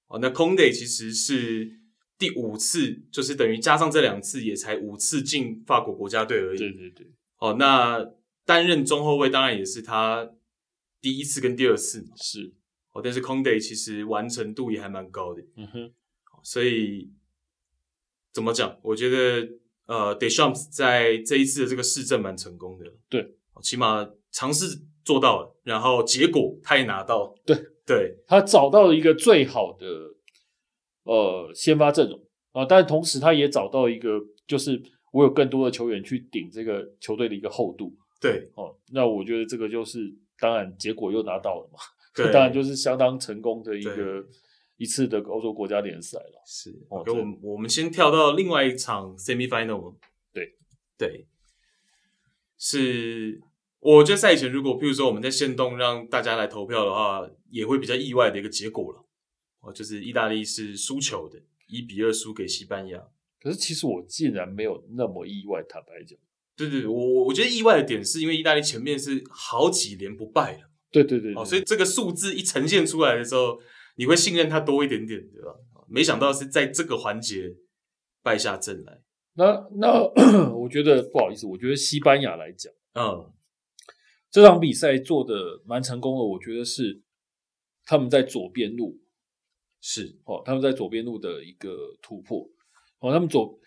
Speaker 1: 哦，那 Conde 其实是第五次，就是等于加上这两次也才五次进法国国家队而已。
Speaker 2: 对对对，
Speaker 1: 哦，那担任中后卫当然也是他第一次跟第二次嘛。
Speaker 2: 是，
Speaker 1: 哦，但是 Conde 其实完成度哦也还蛮高的，
Speaker 2: 嗯哼，
Speaker 1: 所以怎么讲？我觉得呃，Deschamps 在这一次的这个市政蛮成功的，哦
Speaker 2: 对，
Speaker 1: 起码尝试做到了，然后结果他也拿到，
Speaker 2: 对
Speaker 1: 对，
Speaker 2: 他找到了一个最好的呃先发阵容啊，但同时他也找到一个，就是我有更多的球员去顶这个球队的一个厚度
Speaker 1: 对，
Speaker 2: 哦、那我觉得这个就是当然结果又拿到了嘛，
Speaker 1: 对，
Speaker 2: 当然就是相当成功的一
Speaker 1: 对
Speaker 2: 个一次的欧洲国家联赛了。
Speaker 1: 是，
Speaker 2: 哦
Speaker 1: 给我
Speaker 2: 这
Speaker 1: 们我们先跳到另外一场 semi final。
Speaker 2: 对
Speaker 1: 对，是我觉得赛前如果譬如说我们在限动让大家来投票的话，也会比较意外的一个结果了。哦，就是意大利是输球的，一比二输给西班牙。
Speaker 2: 可是其实我竟然没有那么意外，坦白讲，
Speaker 1: 对对，对我我我觉得意外的点是因为意大利前面是好几连不败了，
Speaker 2: 对对对
Speaker 1: 哦，
Speaker 2: 对
Speaker 1: 所以这个数字一呈现出来的时候，你会信任他多一点点，对吧？哦没想到是在这个环节败下阵来，
Speaker 2: 那 那我觉得不好意思，我觉得西班牙来讲
Speaker 1: 嗯。
Speaker 2: 这场比赛做的蛮成功的，我觉得是他们在左边路
Speaker 1: 是
Speaker 2: 哦，他们在左边路的一个突破哦，他们左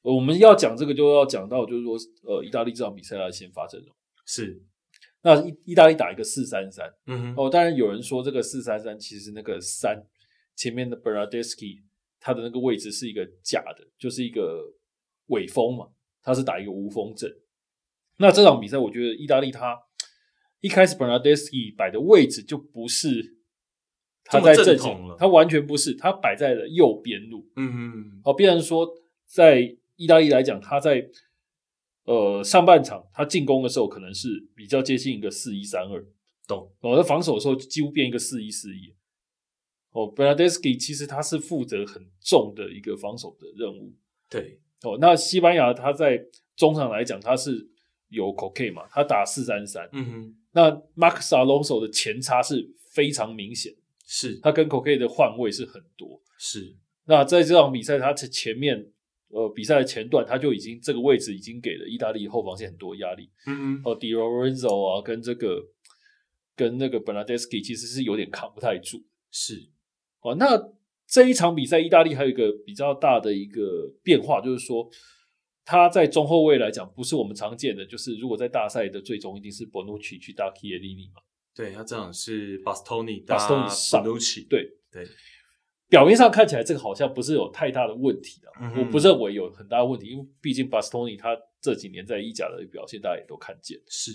Speaker 2: 呃我们要讲这个就要讲到就是说呃，意大利这场比赛来先发阵容，
Speaker 1: 是，
Speaker 2: 那意意大利打一个四三三
Speaker 1: 嗯哼，
Speaker 2: 哦，当然有人说这个四三三其实那个三前面的 b e r a d e s k i 他的那个位置是一个假的，就是一个伪锋嘛，他是打一个无锋阵。那这场比赛，我觉得意大利他一开始 b e r a d e s k i 摆的位置就不是他在
Speaker 1: 这么正
Speaker 2: 阵
Speaker 1: 统
Speaker 2: 型
Speaker 1: 了，
Speaker 2: 他完全不是，他摆在了右边路。
Speaker 1: 嗯哼，
Speaker 2: 哦，变成说在意大利来讲，他在呃上半场他进攻的时候可能是比较接近一个四一三二，
Speaker 1: 懂？
Speaker 2: 哦，那防守的时候几乎变一个四一四一。哦 b e r a d e s k i 其实他是负责很重的一个防守的任务。
Speaker 1: 对，
Speaker 2: 哦，那西班牙他在中场来讲，他是有 Coke 嘛，他打四三三。
Speaker 1: 嗯哼，
Speaker 2: 那 Max Alonso 的前插是非常明显，
Speaker 1: 是
Speaker 2: 他跟 Coke 的换位是很多。
Speaker 1: 是，
Speaker 2: 那在这场比赛，他前前面呃比赛的前段，他就已经这个位置已经给了意大利后防线很多压力。
Speaker 1: 嗯哼，
Speaker 2: 哦，Di Lorenzo 啊，跟这个跟那个 Bernadeschi 其实是有点扛不太住。
Speaker 1: 是，
Speaker 2: 哦，那这一场比赛，意大利还有一个比较大的一个变化，就是说他在中后卫来讲，不是我们常见的，就是如果在大赛的最终一定是 Bonucci 去搭 Chiellini 嘛。
Speaker 1: 对他这场是 Bastoni 搭
Speaker 2: Bastoni 上
Speaker 1: Bonucci，
Speaker 2: 对
Speaker 1: 对，
Speaker 2: 表面上看起来这个好像不是有太大的问题的、
Speaker 1: 嗯哼
Speaker 2: 我不认为有很大的问题，因为毕竟 Bastoni 他这几年在意甲的表现大家也都看见，
Speaker 1: 是，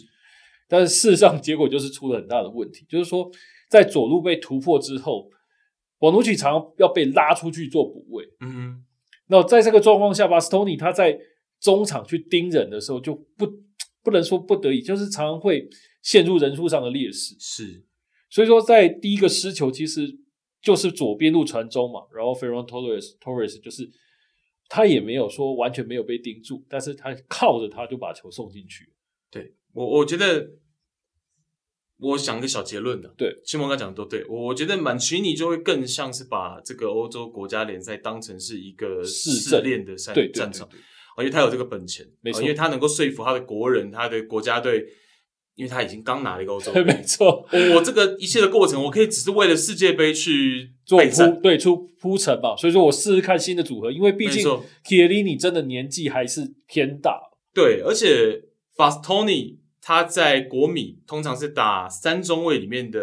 Speaker 2: 但是事实上结果就是出了很大的问题，就是说在左路被突破之后，博努奇常常要被拉出去做补位，
Speaker 1: 嗯哼，
Speaker 2: 那在这个状况下，Bastoni 他在中场去盯人的时候就不不能说不得已，就是常常会陷入人数上的劣势。
Speaker 1: 是，
Speaker 2: 所以说，在第一个失球其实就是左边路传中嘛，然后 Ferran Torres Torres 就是他也没有说完全没有被盯住，但是他靠着他就把球送进去。
Speaker 1: 对我我觉得。我想一个小结论的，啊
Speaker 2: 对，
Speaker 1: 西蒙刚讲的都对，我我觉得满奇尼就会更像是把这个欧洲国家联赛当成是一个
Speaker 2: 市
Speaker 1: 试
Speaker 2: 政
Speaker 1: 炼的赛
Speaker 2: 对对
Speaker 1: 战
Speaker 2: 对
Speaker 1: 场，
Speaker 2: 对
Speaker 1: 哦，因为他有这个本钱，
Speaker 2: 没错
Speaker 1: 哦因为他能够说服他的国人、他的国家队，因为他已经刚拿了一个欧 洲杯
Speaker 2: 对，没错，
Speaker 1: 我我这个一切的过程，我可以只是为了世界杯去
Speaker 2: 做
Speaker 1: 备战
Speaker 2: 铺对出铺陈嘛。所以说我试试看新的组合，因为毕
Speaker 1: 没
Speaker 2: 竟
Speaker 1: 错
Speaker 2: Chiellini 真的年纪还是偏大。
Speaker 1: 对，而且 Bastoni 他在国米通常是打三中卫里面的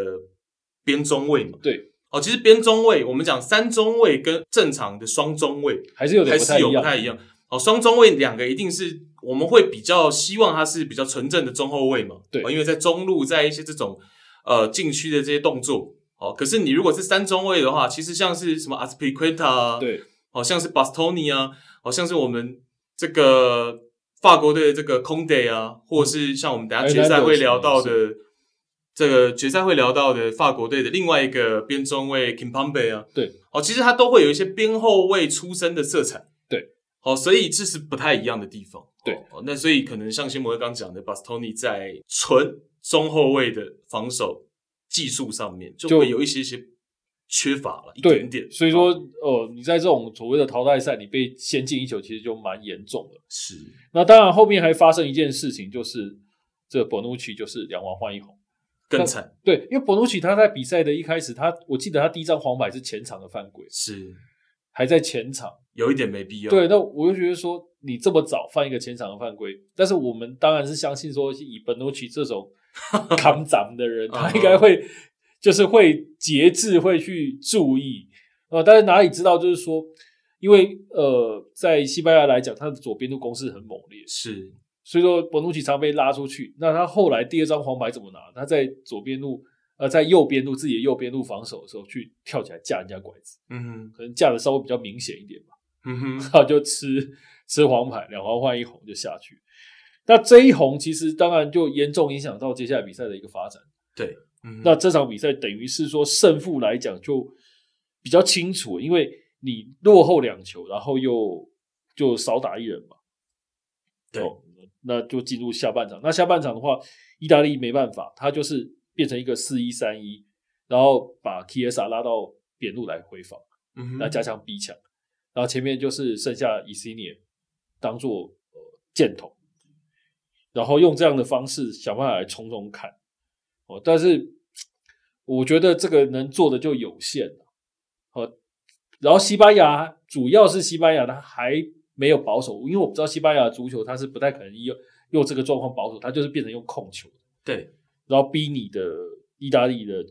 Speaker 1: 边中卫嘛。
Speaker 2: 对，
Speaker 1: 哦，其实边中卫我们讲三中卫跟正常的双中卫
Speaker 2: 还是有点
Speaker 1: 还
Speaker 2: 不太
Speaker 1: 是
Speaker 2: 一
Speaker 1: 有
Speaker 2: 样，
Speaker 1: 不太一样。哦，双中卫两个一定是我们会比较希望他是比较纯正的中后卫嘛，
Speaker 2: 对
Speaker 1: 哦因为在中路，在一些这种呃禁区的这些动作，哦，可是你如果是三中卫的话，其实像是什么 Aspiqueta 啊，
Speaker 2: 对，
Speaker 1: 好像是 Bastoni 啊，好像是我们这个法国队的这个 Conde 啊，或者
Speaker 2: 嗯
Speaker 1: 是像我们等一下决赛会聊到的这个决赛会聊到的法国队的另外一个边中卫 Kimpembe 啊，
Speaker 2: 对，
Speaker 1: 哦，其实他都会有一些边后卫出身的色彩，
Speaker 2: 对，
Speaker 1: 哦，所以这是不太一样的地方，
Speaker 2: 对
Speaker 1: 哦，那所以可能像新摩刚讲的，Bastoni 在纯中后卫的防守技术上面就
Speaker 2: 就
Speaker 1: 会有一些些缺乏了，一
Speaker 2: 对
Speaker 1: 点点，
Speaker 2: 所以说，呃，你在这种所谓的淘汰赛，你被先进一球，其实就蛮严重的。
Speaker 1: 是
Speaker 2: 那当然，后面还发生一件事情，就是这 Bonucci 就是两王换一红。
Speaker 1: 更惨，
Speaker 2: 对，因为 Bonucci 他在比赛的一开始，他我记得他第一张黄牌是前场的犯规，
Speaker 1: 是。
Speaker 2: 还在前场。
Speaker 1: 有一点没必要。
Speaker 2: 对，，那我就觉得说，你这么早犯一个前场的犯规，但是我们当然是相信说，以本诺奇这种扛咱们的人，他应该会就是会节制，会去注意呃，但是哪里知道，就是说，因为呃，在西班牙来讲，他的左边路攻势很猛烈，
Speaker 1: 是
Speaker 2: 所以说本努奇常被拉出去。那他后来第二张黄牌怎么拿？他在左边路呃，在右边路自己的右边路防守的时候，去跳起来架人家拐子，
Speaker 1: 嗯哼
Speaker 2: 可能架的稍微比较明显一点吧。
Speaker 1: 嗯
Speaker 2: 然后就吃吃黄牌，两黄换一红就下去。那这一红其实当然就严重影响到接下来比赛的一个发展。
Speaker 1: 嗯哼，
Speaker 2: 那这场比赛等于是说胜负来讲就比较清楚，因为你落后两球，然后又就少打一人嘛。
Speaker 1: 对
Speaker 2: 哦那就进入下半场。那下半场的话，意大利没办法，他就是变成一个四一三一，然后把 Kiesa 拉到边路来回防。
Speaker 1: 嗯哼
Speaker 2: 那加强逼抢，然后前面就是剩下以 c 涅当做呃箭头，然后用这样的方式想办法来冲冲看。哦，但是我觉得这个能做的就有限了。哦，然后西班牙主要是西班牙，它还没有保守，因为我们知道西班牙的足球它是不太可能用用这个状况保守，它就是变成用控球。
Speaker 1: 对，
Speaker 2: 然后逼你的意大利的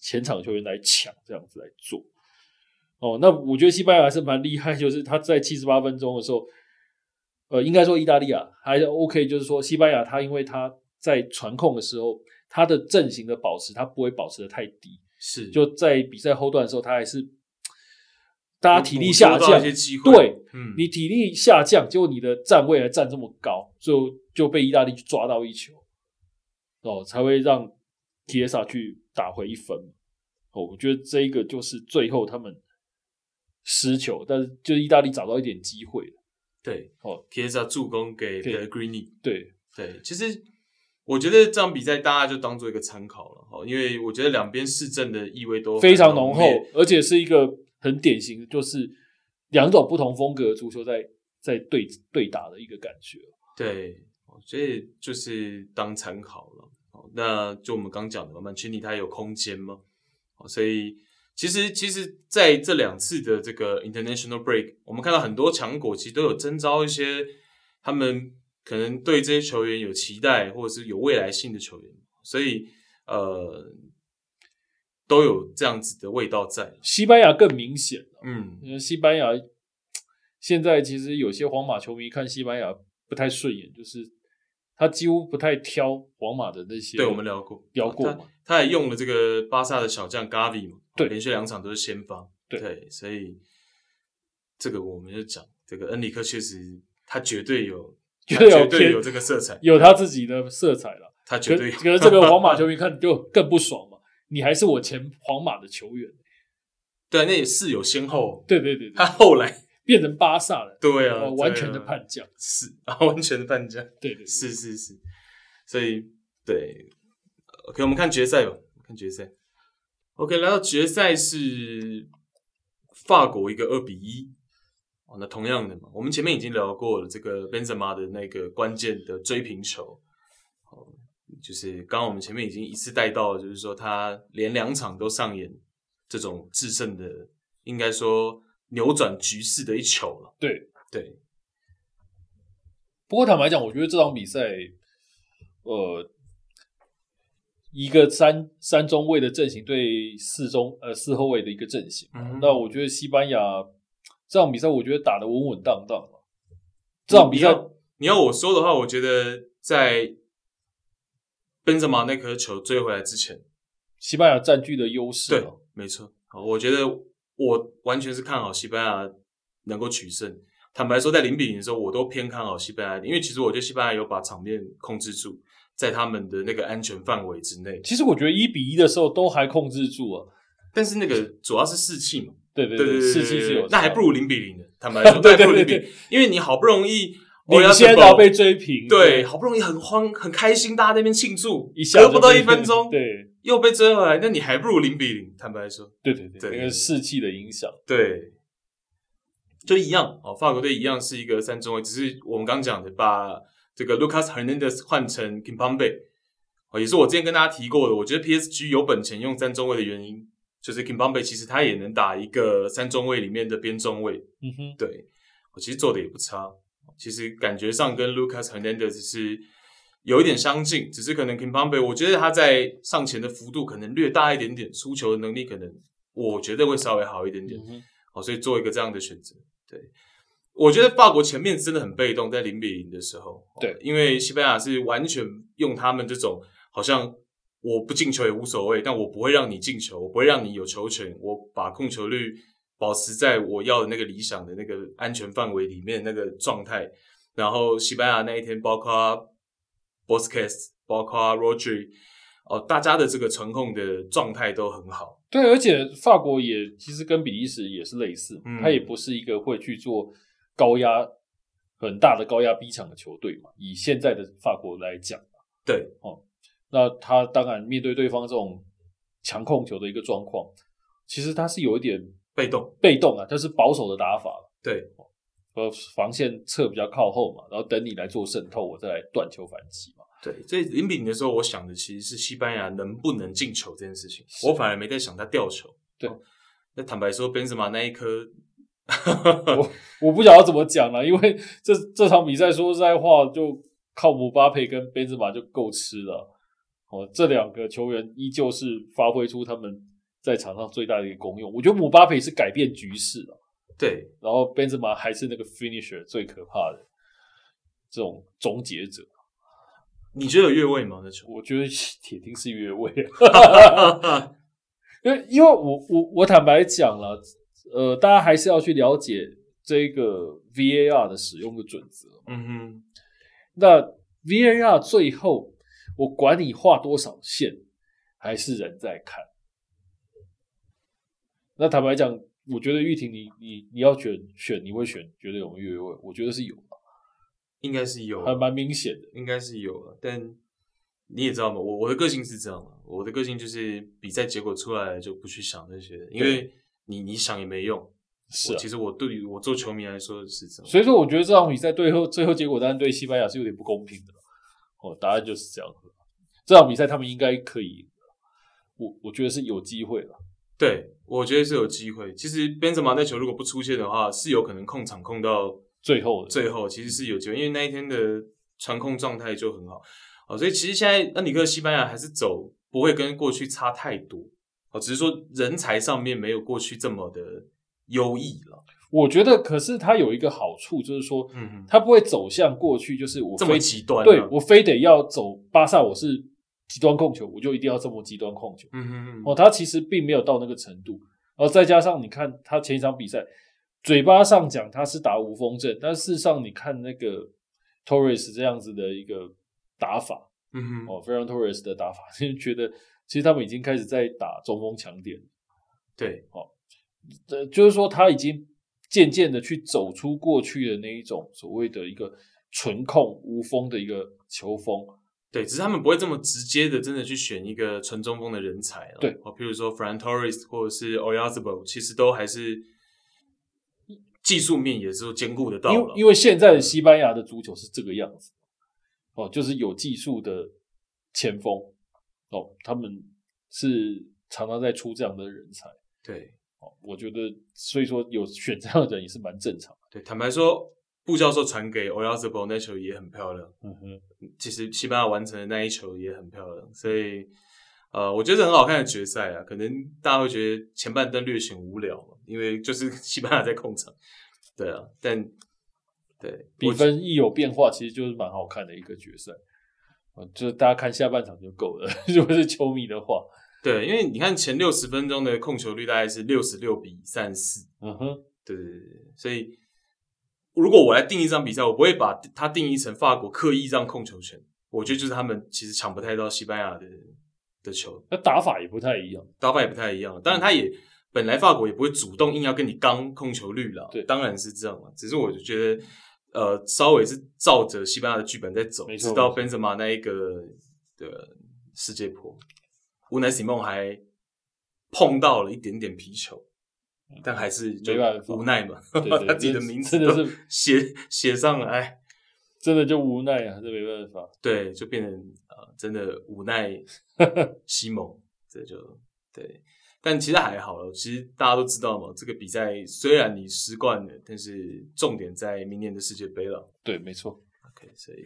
Speaker 2: 前场球员来抢，这样子来做。哦，那我觉得西班牙还是蛮厉害，就是他在七十八分钟的时候，呃，应该说意大利啊还是 OK，就是说西班牙他因为他在传控的时候，他的阵型的保持，他不会保持的太低，
Speaker 1: 是
Speaker 2: 就在比赛后段的时候，他还是大家体力下
Speaker 1: 捕捉到
Speaker 2: 降
Speaker 1: 一，些机会，
Speaker 2: 对，
Speaker 1: 嗯，
Speaker 2: 你体力下降，结果你的站位还站这么高，就就被意大利抓到一球，哦，才会让提耶萨去打回一分。哦，我觉得这一个就是最后他们失球，但是就是意大利找到一点机会了。
Speaker 1: 对
Speaker 2: 哦
Speaker 1: k i e s a 助攻给
Speaker 2: 对
Speaker 1: Pellegrini，
Speaker 2: 对，
Speaker 1: 对，其实我觉得这场比赛大家就当做一个参考了哈，因为我觉得两边市政的意味都
Speaker 2: 非常
Speaker 1: 很
Speaker 2: 浓厚
Speaker 1: 烈，
Speaker 2: 而且是一个很典型的，就是两种不同风格的足球在在对对打的一个感觉。
Speaker 1: 对，哦所以就是当参考了。好，那就我们刚讲的嘛，曼奇尼他有空间吗？好，所以其实其实在这两次的这个 international break，我们看到很多强国其实都有征召一些他们可能对这些球员有期待或者是有未来性的球员，所以呃都有这样子的味道在。
Speaker 2: 西班牙更明显了。
Speaker 1: 嗯，
Speaker 2: 因为西班牙现在其实有些皇马球迷看西班牙不太顺眼，就是他几乎不太挑皇马的那些。
Speaker 1: 对，我们聊过，
Speaker 2: 聊过
Speaker 1: 他
Speaker 2: 嘛
Speaker 1: 他也用了这个巴萨的小将 Gavi 嘛，
Speaker 2: 对
Speaker 1: 连续两场都是先发，
Speaker 2: 对
Speaker 1: 所以这个我们就讲，这个恩里克确实他绝对有，
Speaker 2: 绝对有
Speaker 1: 他绝对
Speaker 2: 偏
Speaker 1: 有这个色彩，
Speaker 2: 有他自己的色彩了。
Speaker 1: 他
Speaker 2: 可
Speaker 1: 绝对有
Speaker 2: 可，是这个皇马球迷看就更不爽嘛，你还是我前皇马的球员。
Speaker 1: 对，那也是有先后，
Speaker 2: 对对对对
Speaker 1: 他后来
Speaker 2: 变成巴萨了，
Speaker 1: 对啊，
Speaker 2: 呃
Speaker 1: 对
Speaker 2: 完
Speaker 1: 啊
Speaker 2: 全的叛将。
Speaker 1: 是啊，完全的叛将，
Speaker 2: 对对对
Speaker 1: 是是是，所以对，OK，我们看决赛吧，看决赛。OK，来到决赛是法国一个二比一。哦，那同样的嘛，我们前面已经聊过了这个 Benzema 的那个关键的追平球，哦，就是刚刚我们前面已经一次带到了，就是说他连两场都上演这种制胜的，应该说扭转局势的一球了。
Speaker 2: 对
Speaker 1: 对，
Speaker 2: 不过坦白讲，我觉得这场比赛，呃，一个三三中卫的阵型对四中呃四后卫的一个阵型。
Speaker 1: 嗯哼
Speaker 2: 那我觉得西班牙这场比赛，我觉得打得稳稳当当嘛这场比赛
Speaker 1: 你要你要我说的话，我觉得在奔着马那颗球追回来之前，
Speaker 2: 西班牙占据的优势、啊
Speaker 1: 对，没错，好我觉得我完全是看好西班牙能够取胜。坦白说，在零比零的时候，我都偏看好西班牙一点，因为其实我觉得西班牙有把场面控制住，在他们的那个安全范围之内。
Speaker 2: 其实我觉得一比一的时候都还控制住啊。
Speaker 1: 但是那个主要是士气嘛，
Speaker 2: 对对
Speaker 1: 对对对，
Speaker 2: 士气是有差的，
Speaker 1: 那还不如零比零的。坦 白说，那还不如零比
Speaker 2: 对对
Speaker 1: 零，因为你好不容易
Speaker 2: 领先然后被追平，
Speaker 1: 对，，好不容易很慌很开心，大家在那边庆祝，
Speaker 2: 一下
Speaker 1: 隔
Speaker 2: 就
Speaker 1: 不到
Speaker 2: 被
Speaker 1: 一分钟，，
Speaker 2: 对
Speaker 1: 又被追回来，那你还不如零比零。坦白说，
Speaker 2: 对对
Speaker 1: 对
Speaker 2: 对，那个士气的影响，
Speaker 1: 对，就一样哦。法国队一样是一个三中卫，只是我们刚讲的把这个 Lucas Hernandez 换成 Kimpembe，哦，也是我之前跟大家提过的。我觉得 PSG 有本钱用三中卫的原因，就是 Kimpembe 其实他也能打一个三中卫里面的边中卫，
Speaker 2: 嗯哼，
Speaker 1: 对，我其实做的也不差。其实感觉上跟 Lucas Hernandez 是有一点相近，只是可能 Kimpembe 我觉得他在上前的幅度可能略大一点点，出球的能力可能我觉得会稍微好一点点。
Speaker 2: 嗯哼
Speaker 1: 好，哦所以做一个这样的选择。对，我觉得法国前面真的很被动，在零比零的时候，
Speaker 2: 对
Speaker 1: 哦因为西班牙是完全用他们这种好像我不进球也无所谓，但我不会让你进球，我不会让你有球权，我把控球率保持在我要的那个理想的那个安全范围里面那个状态。然后西班牙那一天，包括 Bosquez，包括 Roger，哦，大家的这个传控的状态都很好。
Speaker 2: 对，而且法国也其实跟比利时也是类似，
Speaker 1: 嗯
Speaker 2: 它也不是一个会去做高压很大的高压逼抢的球队嘛。以现在的法国来讲，哦
Speaker 1: 对，
Speaker 2: 那他当然面对对方这种强控球的一个状况，其实他是有一点
Speaker 1: 被动，
Speaker 2: 被动啊，他是保守的打法了
Speaker 1: 对，
Speaker 2: 呃，防线侧比较靠后嘛，然后等你来做渗透，我再来断球反击嘛。
Speaker 1: 对，所以零比零的时候，我想的其实是西班牙能不能进球这件事情，
Speaker 2: 是
Speaker 1: 我反而没在想他掉球。
Speaker 2: 对
Speaker 1: 哦那坦白说，本泽马那一颗，
Speaker 2: 我不晓得怎么讲了，因为这这场比赛说实在话，就靠姆巴佩跟贝兹马就够吃了。哦，这两个球员依旧是发挥出他们在场上最大的一个功用。我觉得姆巴佩是改变局势了，
Speaker 1: 对
Speaker 2: 然后贝兹马还是那个 finisher 最可怕的这种终结者。
Speaker 1: 你觉得有越位吗？那球？
Speaker 2: 我觉得铁定是越位，因为因为我我我坦白讲了，呃，大家还是要去了解这个 VAR 的使用的准则。
Speaker 1: 嗯哼，
Speaker 2: 那 VAR 最后，我管你画多少线，还是人在看。那坦白讲，我觉得玉婷你，你你要选选，你会选觉得有没有越位？我觉得是有，
Speaker 1: 应该是有，
Speaker 2: 还蛮明显的。
Speaker 1: 应该是有了。但你也知道嘛，我我的个性是这样嘛，我的个性就是比赛结果出来了就不去想那些，因为你你想也没用。
Speaker 2: 是
Speaker 1: 我
Speaker 2: 啊，
Speaker 1: 其实我对于我做球迷来说是这样。
Speaker 2: 所以说我觉得这场比赛最后最后结果当然对西班牙是有点不公平的。哦，答案就是这样子。这场比赛他们应该可以赢的，我我觉得是有机会了。
Speaker 1: 对，我觉得是有机会。其实本泽马那球如果不出现的话，是有可能控场控到
Speaker 2: 最后的
Speaker 1: 最后其实是有机会，因为那一天的传控状态就很好哦，所以其实现在恩里克西班牙还是走不会跟过去差太多哦，只是说人才上面没有过去这么的优异了。
Speaker 2: 我觉得，可是它有一个好处，就是说，
Speaker 1: 嗯哼，
Speaker 2: 它不会走向过去，就是我
Speaker 1: 这
Speaker 2: 非
Speaker 1: 么极端、啊，
Speaker 2: 对我非得要走巴萨，我是极端控球，我就一定要这么极端控球。
Speaker 1: 嗯哼
Speaker 2: 哦，他其实并没有到那个程度，然后再加上你看他前一场比赛，嘴巴上讲他是打无锋阵，但事实上你看那个 Torres 这样子的一个打法，
Speaker 1: 嗯哼，
Speaker 2: 哦 f e r r a n Torres 的打法， 就觉得其实他们已经开始在打中锋强点，
Speaker 1: 对，
Speaker 2: 呃，就是说他已经渐渐的去走出过去的那一种所谓的一个纯控无锋的一个球风。
Speaker 1: 对，只是他们不会这么直接的，真的去选一个纯中锋的人才了。
Speaker 2: 对
Speaker 1: 哦，譬如说 Fran Torres 或者是 o y a z b o 其实都还是技术面也是兼顾得到
Speaker 2: 因
Speaker 1: 了
Speaker 2: 为。因为现在的西班牙的足球是这个样子，哦，就是有技术的前锋，哦，他们是常常在出这样的人才，
Speaker 1: 对，
Speaker 2: 哦，我觉得所以说有选这样的人也是蛮正常
Speaker 1: 对，坦白说，布教授传给 o y a z b o 那球也很漂亮。
Speaker 2: 的。嗯哼，
Speaker 1: 其实西班牙完成的那一球也很漂亮，所以呃，我觉得很好看的决赛啊。可能大家会觉得前半段略显无聊嘛，因为就是 西班牙在控场，对啊，但对
Speaker 2: 比分一有变化，其实就是蛮好看的一个决赛。哦，就是大家看下半场就够了。 如果是球迷的话，
Speaker 1: 对，因为你看前六十分钟的控球率大概是六十六比三四，
Speaker 2: 嗯哼，
Speaker 1: 对对对对，所以如果我来定义这场比赛，我不会把它定义成法国刻意让控球权，我觉得就是他们其实抢不太到西班牙的的球，
Speaker 2: 那打法也不太一样。
Speaker 1: 打法也不太一
Speaker 2: 嗯
Speaker 1: 样。当然，他也本来法国也不会主动硬要跟你刚控球率了，
Speaker 2: 对
Speaker 1: 当然是这样嘛。只是我就觉得，呃，稍微是照着西班牙的剧本在走，
Speaker 2: 没错
Speaker 1: 直到
Speaker 2: 没错
Speaker 1: 本泽马那一个的世界波，乌南西梦还碰到了一点点皮球，但还是就
Speaker 2: 嗯没办法
Speaker 1: 无奈嘛，
Speaker 2: 对 对
Speaker 1: 他自己的名字
Speaker 2: 真的
Speaker 1: 都
Speaker 2: 是
Speaker 1: 写写上了，哎，
Speaker 2: 真的就无奈啊，这没办法。
Speaker 1: 对，就 变成呃，真的无奈西蒙，这就对。但其实还好了，其实大家都知道嘛，这个比赛虽然你失冠了，但是重点在明年的世界杯了。
Speaker 2: 对，没错。
Speaker 1: OK，所以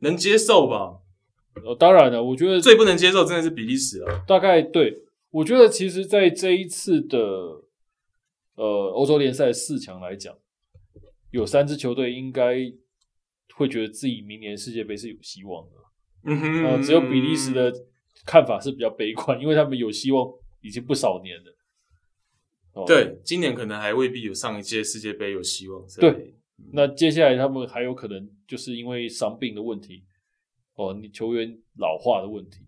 Speaker 1: 能接受吧？
Speaker 2: 呃，当然了，我觉得
Speaker 1: 最不能接受真的是比利时了。
Speaker 2: 大概对，我觉得其实，在这一次的呃欧洲联赛四强来讲，有三支球队应该会觉得自己明年世界杯是有希望的。
Speaker 1: 嗯哼
Speaker 2: 呃，只有比利时的看法是比较悲观，因为他们有希望已经不少年了。哦，
Speaker 1: 对，今年可能还未必有上一届世界杯有希望。所以
Speaker 2: 对，那接下来他们还有可能就是因为伤病的问题，哦，你球员老化的问题，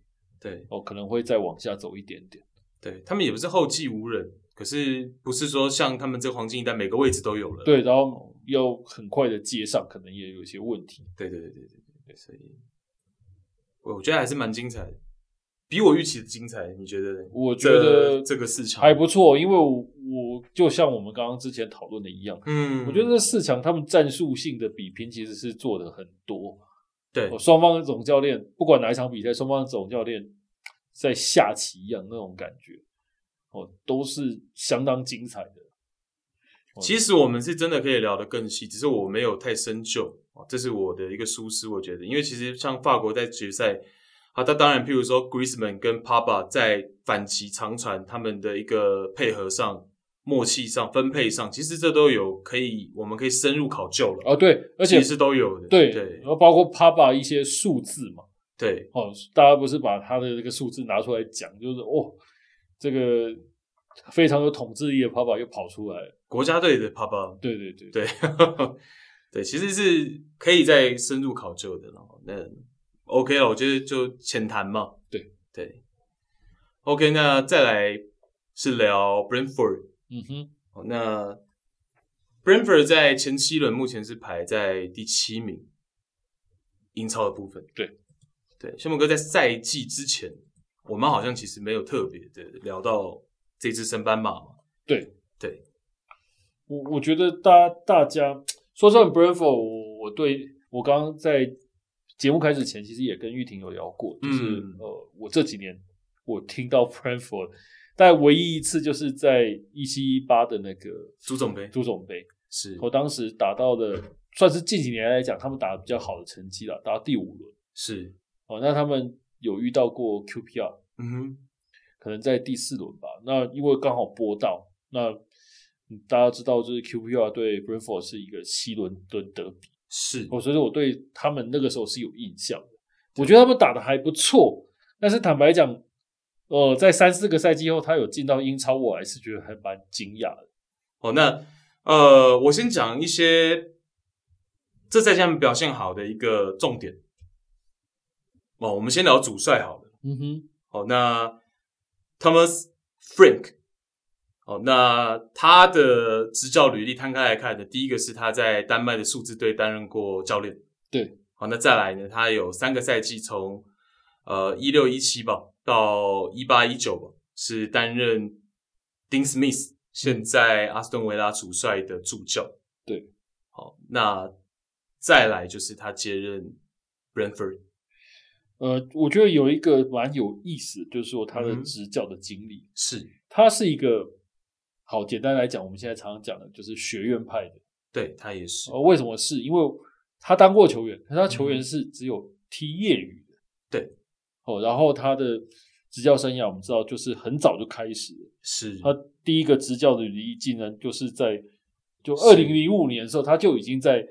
Speaker 1: 对
Speaker 2: 哦，可能会再往下走一点点。
Speaker 1: 对，他们也不是后继无人，可是不是说像他们这黄金一代每个位置都有了。
Speaker 2: 对，然后要很快的接上，可能也有一些问题。
Speaker 1: 对对对对对对，所以我我觉得还是蛮精彩的，比我预期的精彩。你觉得呢？
Speaker 2: 我觉
Speaker 1: 这
Speaker 2: 得
Speaker 1: 这个四强
Speaker 2: 还不错，因为我我就像我们刚刚之前讨论的一样，
Speaker 1: 嗯，
Speaker 2: 我觉得这四强他们战术性的比拼其实是做的很多。
Speaker 1: 对
Speaker 2: 哦，双方的总教练不管哪一场比赛，双方的总教练在下棋一样那种感觉，哦，都是相当精彩的。
Speaker 1: 其实我们是真的可以聊得更细，只是我没有太深究哦这是我的一个疏失，我觉得，因为其实像法国在决赛，啊，他当然，譬如说 Griezmann 跟 Papa 在反击长传他们的一个配合上、默契上、分配上，其实这都有可以，我们可以深入考究了，
Speaker 2: 哦，对，而且
Speaker 1: 其实都有的，
Speaker 2: 对，
Speaker 1: 对
Speaker 2: 然后包括 Papa 一些数字嘛，
Speaker 1: 对
Speaker 2: 哦，大家不是把他的这个数字拿出来讲，就是哦，这个非常有统治力的 Papa 又跑出来了。
Speaker 1: 国家队的 Papa
Speaker 2: 对对对，
Speaker 1: 对， 对，其实是可以再深入考究的了。那 OK 了，我觉得就浅谈嘛。
Speaker 2: 对
Speaker 1: 对，OK，那再来是聊 Brentford。
Speaker 2: 嗯哼，
Speaker 1: 好那 Brentford 在前七轮目前是排在第七名，英超的部分。
Speaker 2: 对，
Speaker 1: 对，宣木哥在赛季之前，我们好像其实没有特别的聊到这支升班马嘛。
Speaker 2: 对
Speaker 1: 对，
Speaker 2: 我我觉得大大家说真的 b r a n f o r 我我对我刚刚在节目开始前，其实也跟玉婷有聊过，就是、
Speaker 1: 嗯
Speaker 2: 呃，我这几年我听到 b r a n f o r 但唯一一次就是在一七一八的那个
Speaker 1: 足总杯
Speaker 2: 足总杯，
Speaker 1: 是
Speaker 2: 我当时打到了，算是近几年来讲，他们打的比较好的成绩了，打到第五轮
Speaker 1: 是，
Speaker 2: 哦。那他们有遇到过 QPR，
Speaker 1: 嗯哼，
Speaker 2: 可能在第四轮吧。那因为刚好播到，那嗯大家知道，就是 QPR 对 Brentford 是一个西伦敦德比，
Speaker 1: 是
Speaker 2: 哦，所以说我对他们那个时候是有印象的。我觉得他们打的还不错，但是坦白讲，呃，在三四个赛季后，他有进到英超，我还是觉得还蛮惊讶的。
Speaker 1: 哦，那呃，我先讲一些这赛季他们表现好的一个重点。哦，我们先聊主帅好了。
Speaker 2: 嗯哼，
Speaker 1: 哦，那 Thomas Frank，哦，那他的执教履历摊开来看呢，第一个是他在丹麦的数字队担任过教练。
Speaker 2: 对，
Speaker 1: 好，那再来呢，他有三个赛季从呃一六一七吧到一八一九吧，是担任 Dean Smith 现在阿斯顿维拉主帅的助教。
Speaker 2: 对，
Speaker 1: 好，那再来就是他接任 Brentford。
Speaker 2: 呃，我觉得有一个蛮有意思，就是说他的
Speaker 1: 嗯哼
Speaker 2: 执教的经历，
Speaker 1: 是
Speaker 2: 他是一个好简单来讲，我们现在常常讲的就是学院派的。
Speaker 1: 对他也是，嗯
Speaker 2: 呃，为什么是？因为他当过球员，可是他球员是只有踢业余的。
Speaker 1: 对。
Speaker 2: 哦，然后他的执教生涯，我们知道就是很早就开始了。
Speaker 1: 是
Speaker 2: 他第一个执教的履历技能，就是在就二
Speaker 1: 是
Speaker 2: 零零五年的时候，他就已经在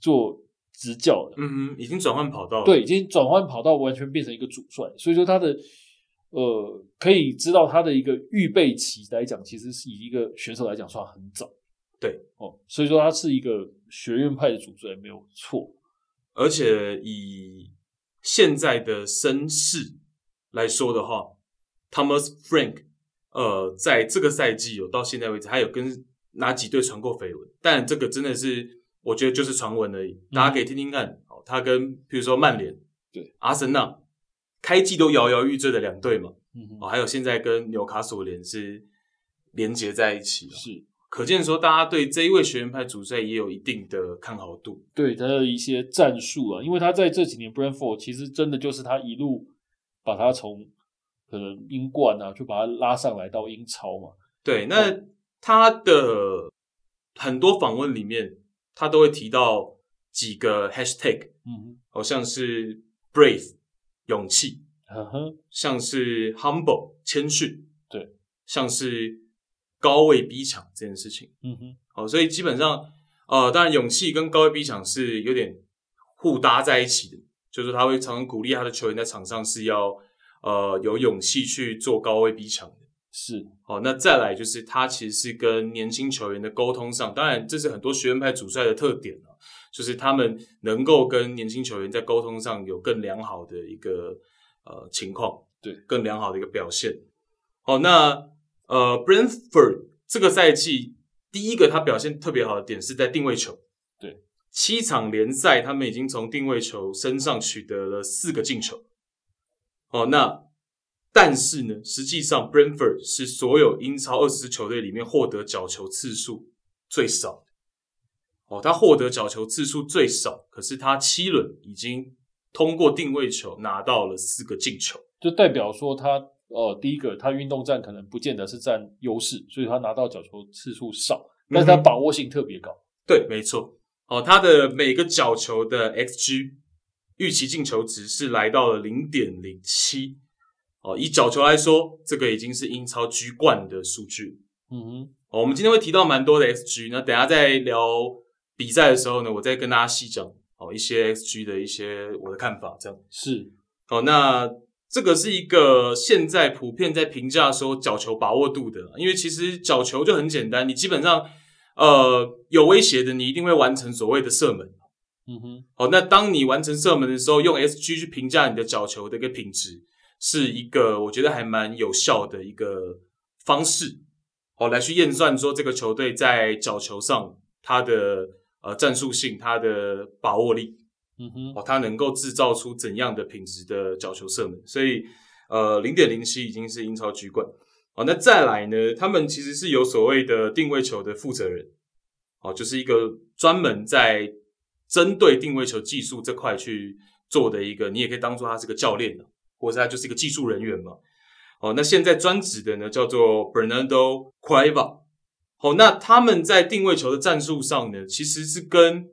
Speaker 2: 做执教了。
Speaker 1: 嗯哼，已经转换跑道了。
Speaker 2: 对，已经转换跑道，完全变成一个主帅。所以说他的呃，可以知道他的一个预备期来讲，其实是以一个选手来讲算很早。
Speaker 1: 对
Speaker 2: 哦，所以说他是一个学院派的主帅没有错。
Speaker 1: 而且以现在的身世来说的话，Thomas Frank，呃，在这个赛季有到现在为止，他有跟哪几队传过绯闻？但这个真的是，我觉得就是传闻而已，大家可以听听看。哦，他跟比如说曼联、
Speaker 2: 嗯对
Speaker 1: 阿森纳，开季都摇摇欲坠的两队嘛，
Speaker 2: 嗯哼
Speaker 1: 哦，还有现在跟纽卡索联是连结在一起了。
Speaker 2: 嗯是
Speaker 1: 可见说，大家对这一位学院派主帅也有一定的看好度。
Speaker 2: 对他的一些战术啊，因为他在这几年 Brentford 其实真的就是他一路把他从可能英冠啊，就把他拉上来到英超嘛。
Speaker 1: 对，那他的很多访问里面，他都会提到几个 hashtag，
Speaker 2: 嗯
Speaker 1: 好、哦、像是 brave 勇气，
Speaker 2: 嗯哼，哼，
Speaker 1: 像是 humble 谦逊，
Speaker 2: 对，
Speaker 1: 像是高位逼抢这件事情。
Speaker 2: 嗯哼，
Speaker 1: 哦，所以基本上，呃，当然勇气跟高位逼抢是有点互搭在一起的，就是他会常常鼓励他的球员在场上是要呃有勇气去做高位逼抢的。
Speaker 2: 是，
Speaker 1: 哦，那再来就是他其实是跟年轻球员的沟通上，当然这是很多学院派主帅的特点啊，就是他们能够跟年轻球员在沟通上有更良好的一个呃情况，
Speaker 2: 对，
Speaker 1: 更良好的一个表现。哦，那呃，Brentford 这个赛季第一个他表现特别好的点是在定位球，
Speaker 2: 对，
Speaker 1: 七场联赛他们已经从定位球身上取得了四个进球。哦，那但是呢，实际上 Brentford 是所有英超二十支球队里面获得角球次数最少的。哦，他获得角球次数最少，可是他七轮已经通过定位球拿到了四个进球。
Speaker 2: 就代表说他呃，第一个他运动战可能不见得是占优势，所以他拿到角球次数少，但是他
Speaker 1: 嗯哼
Speaker 2: 把握性特别高。
Speaker 1: 对，没错。哦，他的每个角球的 xG 预期进球值是来到了零点零七。哦，以角球来说，这个已经是英超 G 冠的数据了。
Speaker 2: 嗯哼，
Speaker 1: 哦，我们今天会提到蛮多的 XG，那等一下在聊比赛的时候呢，我再跟大家细讲哦一些 XG 的一些我的看法，这样。
Speaker 2: 是，
Speaker 1: 哦，那这个是一个现在普遍在评价说角球把握度的，因为其实角球就很简单，你基本上呃有威胁的，你一定会完成所谓的射门。
Speaker 2: 嗯哼，
Speaker 1: 哦，那当你完成射门的时候，用 SG 去评价你的角球的一个品质，是一个我觉得还蛮有效的一个方式，哦，来去验算说这个球队在角球上它的呃战术性、它的把握力，
Speaker 2: 嗯哼，
Speaker 1: 哦，它能够制造出怎样的品质的角球射门。所以，呃，零点零七已经是英超居冠。哦，那再来呢？他们其实是有所谓的定位球的负责人，哦，就是一个专门在针对定位球技术这块去做的一个，你也可以当做他是个教练的，或者是他就是一个技术人员嘛。哦，那现在专职的呢叫做 Bernardo c u e v a 哦，那他们在定位球的战术上呢，其实是跟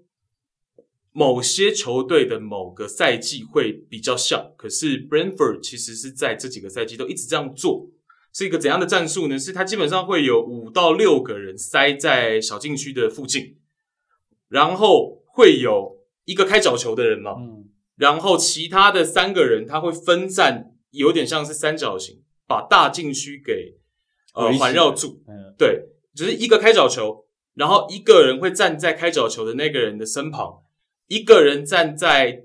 Speaker 1: 某些球队的某个赛季会比较像，可是 Brentford 其实是在这几个赛季都一直这样做。是一个怎样的战术呢？是它基本上会有五到六个人塞在小禁区的附近，然后会有一个开角球的人嘛，
Speaker 2: 嗯，
Speaker 1: 然后其他的三个人他会分散，有点像是三角形，把大禁区给呃
Speaker 2: 围起
Speaker 1: 环绕住。
Speaker 2: 嗯，
Speaker 1: 对，就是一个开角球，然后一个人会站在开角球的那个人的身旁，一个人站在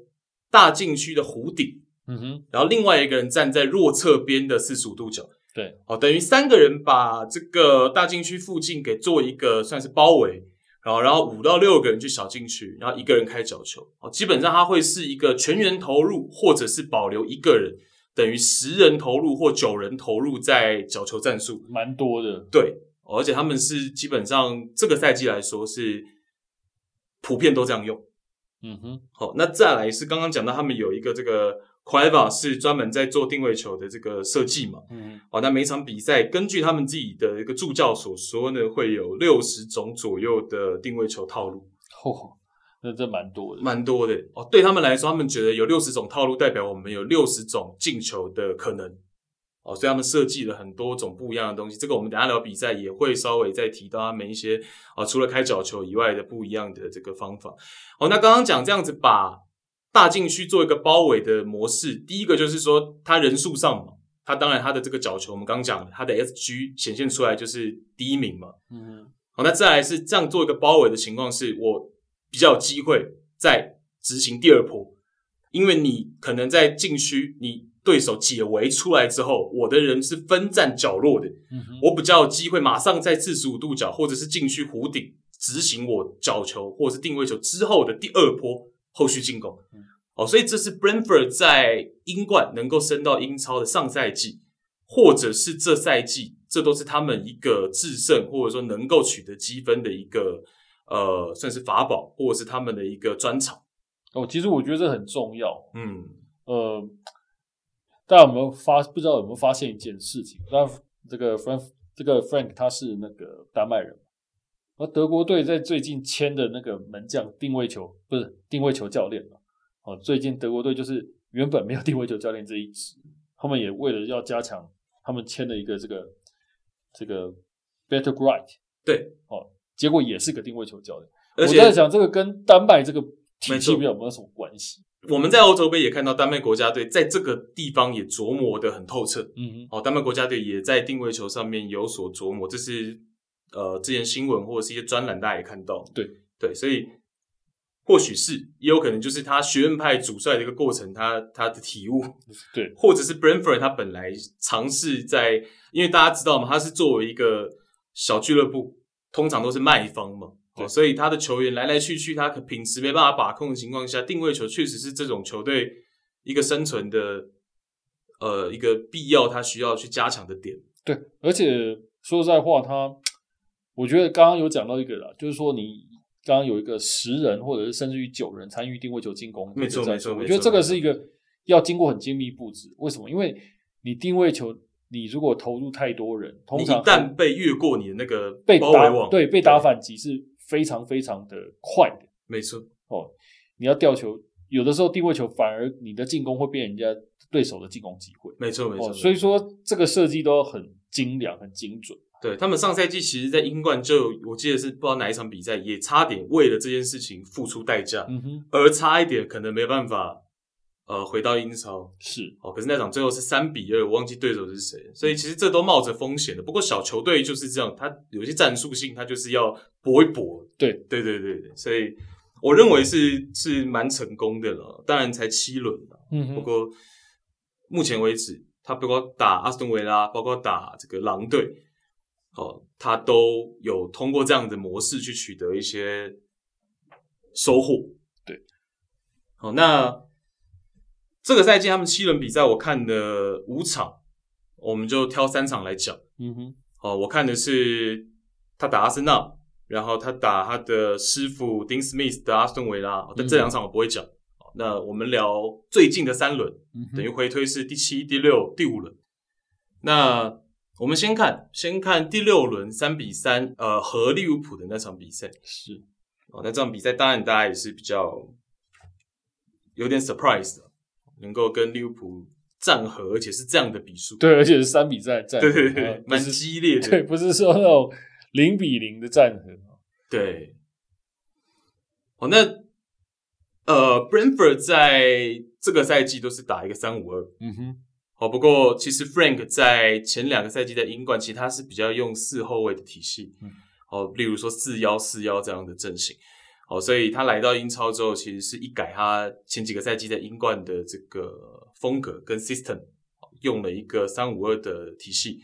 Speaker 1: 大禁区的弧顶，
Speaker 2: 嗯哼，
Speaker 1: 然后另外一个人站在弱侧边的四十五度角。
Speaker 2: 对，
Speaker 1: 哦，等于三个人把这个大禁区附近给做一个算是包围，然后然后五到六个人去小禁区，然后一个人开角球。哦，基本上它会是一个全员投入，或者是保留一个人，等于十人投入或九人投入在角球战术。
Speaker 2: 蛮多的。
Speaker 1: 对，哦而且他们是基本上这个赛季来说是普遍都这样用。
Speaker 2: 嗯哼，
Speaker 1: 好，那再来是刚刚讲到他们有一个这个 c u e v a 是专门在做定位球的这个设计嘛。
Speaker 2: 嗯哼，
Speaker 1: 好，那每一场比赛根据他们自己的一个助教所说呢，会有六十种左右的定位球套路，
Speaker 2: 嚯，那这蛮多的。
Speaker 1: 蛮多的哦。对他们来说，他们觉得有六十种套路，代表我们有六十种进球的可能。哦，所以他们设计了很多种不一样的东西。这个我们等一下聊比赛也会稍微再提到他们一些啊、除了开角球以外的不一样的这个方法。哦，那刚刚讲这样子把大禁区做一个包围的模式，第一个就是说他人数上嘛，他当然他的这个角球我们刚讲了，他的 SG 显现出来就是第一名嘛。
Speaker 2: 嗯哼，
Speaker 1: 好，那再来是这样做一个包围的情况，是我比较有机会再执行第二波，因为你可能在禁区，你对手解围出来之后，我的人是分占角落的，
Speaker 2: 嗯哼，
Speaker 1: 我比较有机会马上在四十五度角或者是禁区弧顶执行我角球或者是定位球之后的第二波后续进攻
Speaker 2: 嗯。
Speaker 1: 哦，所以这是 Brentford 在英冠能够升到英超的上赛季，或者是这赛季，这都是他们一个制胜或者说能够取得积分的一个呃，算是法宝，或者是他们的一个专长。
Speaker 2: 哦，其实我觉得这很重要。
Speaker 1: 嗯，
Speaker 2: 呃，大家有没有发不知道有没有发现一件事情？那这个 Frank 这个 Frank 他是那个丹麦人嘛，而德国队在最近签的那个门将定位球不是定位球教练嘛？哦，最近德国队就是原本没有定位球教练这一职，他们也为了要加强，他们签了一个这个这个 Better Bright，
Speaker 1: 对，
Speaker 2: 哦，结果也是个定位球教练。
Speaker 1: 而
Speaker 2: 我在
Speaker 1: 且
Speaker 2: 想这个跟丹麦这个体
Speaker 1: 没
Speaker 2: 系
Speaker 1: 错
Speaker 2: 没有没有什么关系。
Speaker 1: 我们在欧洲杯也看到丹麦国家队在这个地方也琢磨的很透彻。
Speaker 2: 嗯
Speaker 1: 哦，丹麦国家队也在定位球上面有所琢磨，这是呃之前新闻或者是一些专栏大家也看到。
Speaker 2: 对
Speaker 1: 对，所以或许是，也有可能就是他学院派主帅的一个过程，他他的体悟，
Speaker 2: 哼，对，
Speaker 1: 或者是 Brentford 他本来尝试在，因为大家知道嘛，他是作为一个小俱乐部，通常都是卖方嘛，
Speaker 2: 对
Speaker 1: 哦，所以他的球员来来去去，他可品质没办法把控的情况下，定位球确实是这种球队一个生存的呃一个必要，他需要去加强的点。
Speaker 2: 对，而且说实在话，他我觉得刚刚有讲到一个啦，就是说你刚刚有一个十人或者是甚至于九人参与定位球进攻，
Speaker 1: 没错
Speaker 2: 这个战
Speaker 1: 没错
Speaker 2: 术我
Speaker 1: 没
Speaker 2: 觉得
Speaker 1: 错
Speaker 2: 这个
Speaker 1: 没
Speaker 2: 是一
Speaker 1: 错
Speaker 2: 个要经过很精密布置。为什么？因为你定位球，你如果投入太多人，
Speaker 1: 你
Speaker 2: 通
Speaker 1: 一
Speaker 2: 常
Speaker 1: 旦被越过你的那个
Speaker 2: 被
Speaker 1: 包围
Speaker 2: 打
Speaker 1: 网，
Speaker 2: 对被打，反击是非常非常的快的。
Speaker 1: 没错，
Speaker 2: 哦，你要吊球，有的时候定位球反而你的进攻会变人家对手的进攻机会。
Speaker 1: 没错，没错。
Speaker 2: 哦，所以说这个设计都很精良、很精准。
Speaker 1: 对他们上赛季，其实，在英冠就我记得是不知道哪一场比赛，也差点为了这件事情付出代价，
Speaker 2: 嗯哼，
Speaker 1: 而差一点可能没办法呃回到英超
Speaker 2: 是
Speaker 1: 哦。可是那场最后是三比二，我忘记对手是谁，所以其实这都冒着风险的。不过小球队就是这样，他有些战术性，他就是要搏一搏。
Speaker 2: 对
Speaker 1: 对对对对，所以我认为是是蛮成功的了。当然才七轮了，
Speaker 2: 嗯
Speaker 1: 不
Speaker 2: 哼，
Speaker 1: 过目前为止，他包括打阿斯顿维拉，包括打这个狼队，哦，他都有通过这样的模式去取得一些收获。
Speaker 2: 对，
Speaker 1: 好、那这个赛季他们七轮比赛，我看了五场，我们就挑三场来讲。
Speaker 2: 嗯哼，
Speaker 1: 哦，我看的是他打阿森纳，然后他打他的师傅丁史密斯的阿斯顿维拉，但
Speaker 2: 嗯
Speaker 1: 这两场我不会讲。哦那我们聊最近的三轮，
Speaker 2: 嗯哼
Speaker 1: 等于回推是第七、第六、第五轮。那我们先看，先看第六轮三比三，呃，和利物浦的那场比赛。
Speaker 2: 是
Speaker 1: 哦，那这场比赛当然大家也是比较有点 surprise 的，能够跟利物浦战和，而且是这样的比数。
Speaker 2: 对，而且是三比战战和，
Speaker 1: 对对对
Speaker 2: 啊，
Speaker 1: 蛮
Speaker 2: 不是
Speaker 1: 激烈的。
Speaker 2: 对，不是说那种零比零的战和。
Speaker 1: 对，好，那呃，Brentford 在这个赛季都是打一个三五二。
Speaker 2: 嗯哼，
Speaker 1: 好，不过其实 Frank 在前两个赛季在英冠，其实他是比较用四后卫的体系
Speaker 2: 嗯，
Speaker 1: 哦，例如说四幺四幺这样的阵型。哦，所以他来到英超之后，其实是一改他前几个赛季在英冠的这个风格跟 system，用了一个三五二的体系。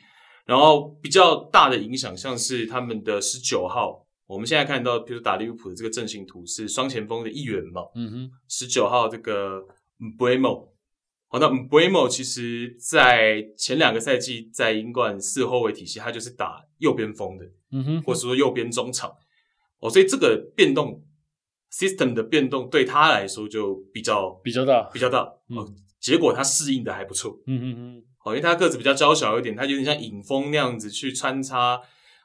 Speaker 1: 然后比较大的影响，像是他们的十九号，我们现在看到，比如打利物浦的这个阵型图是双前锋的一员嘛，
Speaker 2: 嗯哼，
Speaker 1: 十九号这个 Bremo。好，那 Bremo 其实在前两个赛季在英冠四后卫体系，他就是打右边锋的，
Speaker 2: 嗯哼，
Speaker 1: 或者说右边中场。哦，所以这个变动 system 的变动对他来说就比较
Speaker 2: 比较大。
Speaker 1: 比较大。哦，结果他适应的还不错。
Speaker 2: 嗯哼哼，
Speaker 1: 哦，因为他个子比较娇小一点，他有点像影锋那样子去穿插，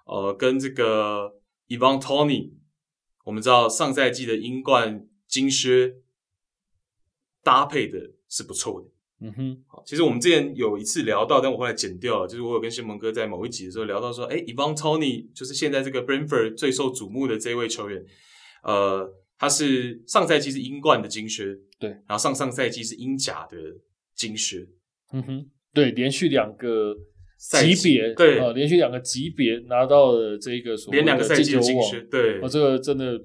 Speaker 1: 呃，跟这个 Ivan Tony，我们知道上赛季的英冠金靴搭配的是不错的。
Speaker 2: 嗯哼，
Speaker 1: 好其实我们之前有一次聊到，但我后来剪掉了，就是我有跟新蒙哥在某一集的时候聊到说，哎，Ivan Tony 就是现在这个 Brentford 最受瞩目的这位球员，呃，他是上赛季是英冠的金靴，
Speaker 2: 对
Speaker 1: 然后上上赛季是英甲的金靴，
Speaker 2: 嗯哼，对，连续两个。
Speaker 1: 赛
Speaker 2: 级
Speaker 1: 季
Speaker 2: 别
Speaker 1: 对
Speaker 2: 啊，连续两个级别拿到了这个所谓
Speaker 1: 连两个
Speaker 2: 的
Speaker 1: 赛季
Speaker 2: 进
Speaker 1: 的
Speaker 2: 球
Speaker 1: 金
Speaker 2: 王
Speaker 1: 靴，对
Speaker 2: 哦，，这个真的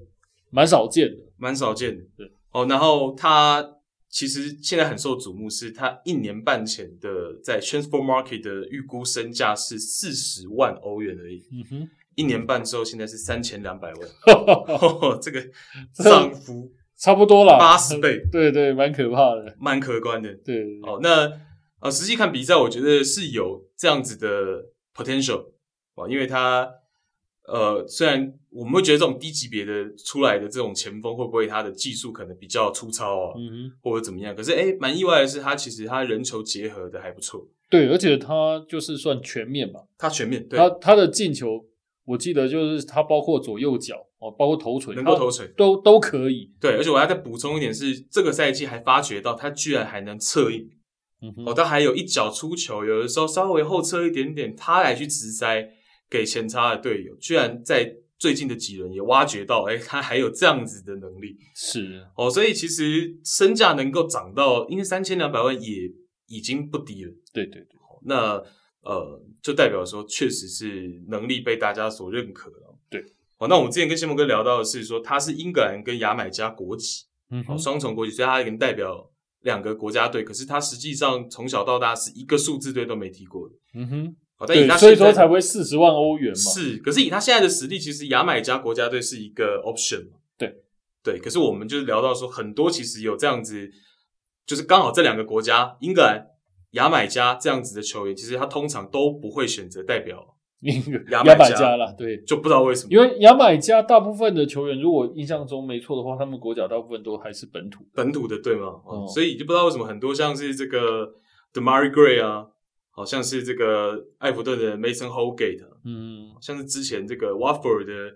Speaker 2: 蛮少见的。
Speaker 1: 蛮少见的。
Speaker 2: 对，
Speaker 1: 哦，然后他其实现在很受瞩目，是他一年半前的在 Transfer Market 的预估身价是四十万欧元而已，
Speaker 2: 嗯哼，
Speaker 1: 一年半之后现在是三千两百万， 这个
Speaker 2: 哦这
Speaker 1: 涨幅
Speaker 2: 差不多啦，
Speaker 1: 八十倍，
Speaker 2: 对对，蛮可怕的。
Speaker 1: 蛮可观的。
Speaker 2: 对对，对
Speaker 1: 哦，那呃，实际看比赛，我觉得是有这样子的 potential 哦啊，因为他呃，虽然我们会觉得这种低级别的出来的这种前锋，会不会他的技术可能比较粗糙啊，
Speaker 2: 嗯哼，
Speaker 1: 或者怎么样？可是诶，蛮意外的是，他其实他人球结合的还不错，
Speaker 2: 对，而且他就是算全面吧，
Speaker 1: 他全面对，
Speaker 2: 他他的进球，我记得就是他包括左右脚哦，包括头锤，
Speaker 1: 能够
Speaker 2: 他
Speaker 1: 投锤。
Speaker 2: 都都可以。
Speaker 1: 对，而且我还再补充一点是，这个赛季还发觉到他居然还能侧应，
Speaker 2: 嗯
Speaker 1: 哦，
Speaker 2: 哼，
Speaker 1: 他还有一脚出球，有的时候稍微后撤一点点，他来去直塞给前插的队友，居然在最近的几轮也挖掘到，哎，他还有这样子的能力
Speaker 2: 是
Speaker 1: 哦，所以其实身价能够涨到，因为三千两百万也已经不低了，
Speaker 2: 对对对，
Speaker 1: 那呃，就代表说确实是能力被大家所认可了。
Speaker 2: 对，
Speaker 1: 哦，那我们之前跟谢蒙哥聊到的是说，他是英格兰跟牙买加国籍，
Speaker 2: 嗯
Speaker 1: 哦，
Speaker 2: 哼，
Speaker 1: 双重国籍，所以他能代表两个国家队。可是他实际上从小到大是一个数字队都没踢过的。
Speaker 2: 嗯哼，
Speaker 1: 哦，但以
Speaker 2: 对
Speaker 1: 他，
Speaker 2: 所以
Speaker 1: 现在
Speaker 2: 说才会四十万欧元 嘛。
Speaker 1: 是，可是以他现在的实力，其实牙买加国家队是一个 option 嘛。
Speaker 2: 对，
Speaker 1: 对。可是我们就是聊到说，很多其实有这样子，就是刚好这两个国家，英格兰、牙买加这样子的球员，其实他通常都不会选择代表，牙
Speaker 2: 牙
Speaker 1: 买加
Speaker 2: 买加啦，对，
Speaker 1: 就不知道为什么。
Speaker 2: 因为牙买加大部分的球员，如果印象中没错的话，他们国脚大部分都还是本土。
Speaker 1: 本土的队嘛，哦
Speaker 2: 哦
Speaker 1: 所以就不知道为什么很多像是这个 Demary Gray 啊，好像是这个艾弗顿的 Mason Holgate，啊
Speaker 2: 嗯
Speaker 1: 像是之前这个 Watford 的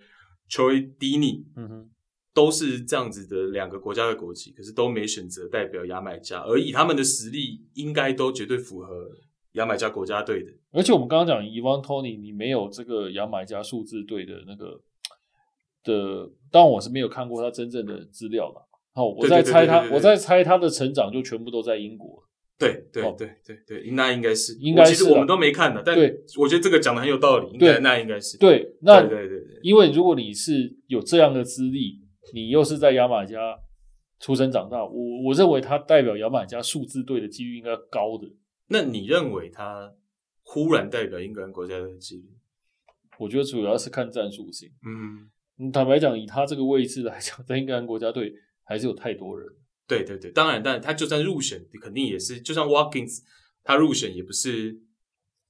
Speaker 1: Troy Deeney，
Speaker 2: 嗯哼，
Speaker 1: 都是这样子的两个国家的国籍，可是都没选择代表牙买加，而以他们的实力，应该都绝对符合牙买加国家队的。
Speaker 2: 而且我们刚刚讲 Ivan Tony，你没有这个牙买加数字队的那个的，当然我是没有看过他真正的资料了。好，我
Speaker 1: 对
Speaker 2: 在
Speaker 1: 对对
Speaker 2: 猜
Speaker 1: 对
Speaker 2: 他
Speaker 1: 对，对
Speaker 2: 我在猜他的成长就全部都在英国。
Speaker 1: 对对
Speaker 2: 哦
Speaker 1: 对对对，那应该是，
Speaker 2: 应该是啊
Speaker 1: 我其实我们都没看的，但
Speaker 2: 对
Speaker 1: 我觉得这个讲的很有道理，应该
Speaker 2: 对
Speaker 1: 那应该是，
Speaker 2: 对，那
Speaker 1: 对对对对。
Speaker 2: 因为如果你是有这样的资历，你又是在牙买加出生长大，我我认为他代表牙买加数字队的几率应该高的。
Speaker 1: 那你认为他忽然代表英格兰国家队的几率？
Speaker 2: 我觉得主要是看战术性。
Speaker 1: 嗯，
Speaker 2: 嗯坦白讲，以他这个位置来讲，在英格兰国家队还是有太多人。
Speaker 1: 对对对，当然，但他就算入选，肯定也是，就像 Watkins，他入选也不是，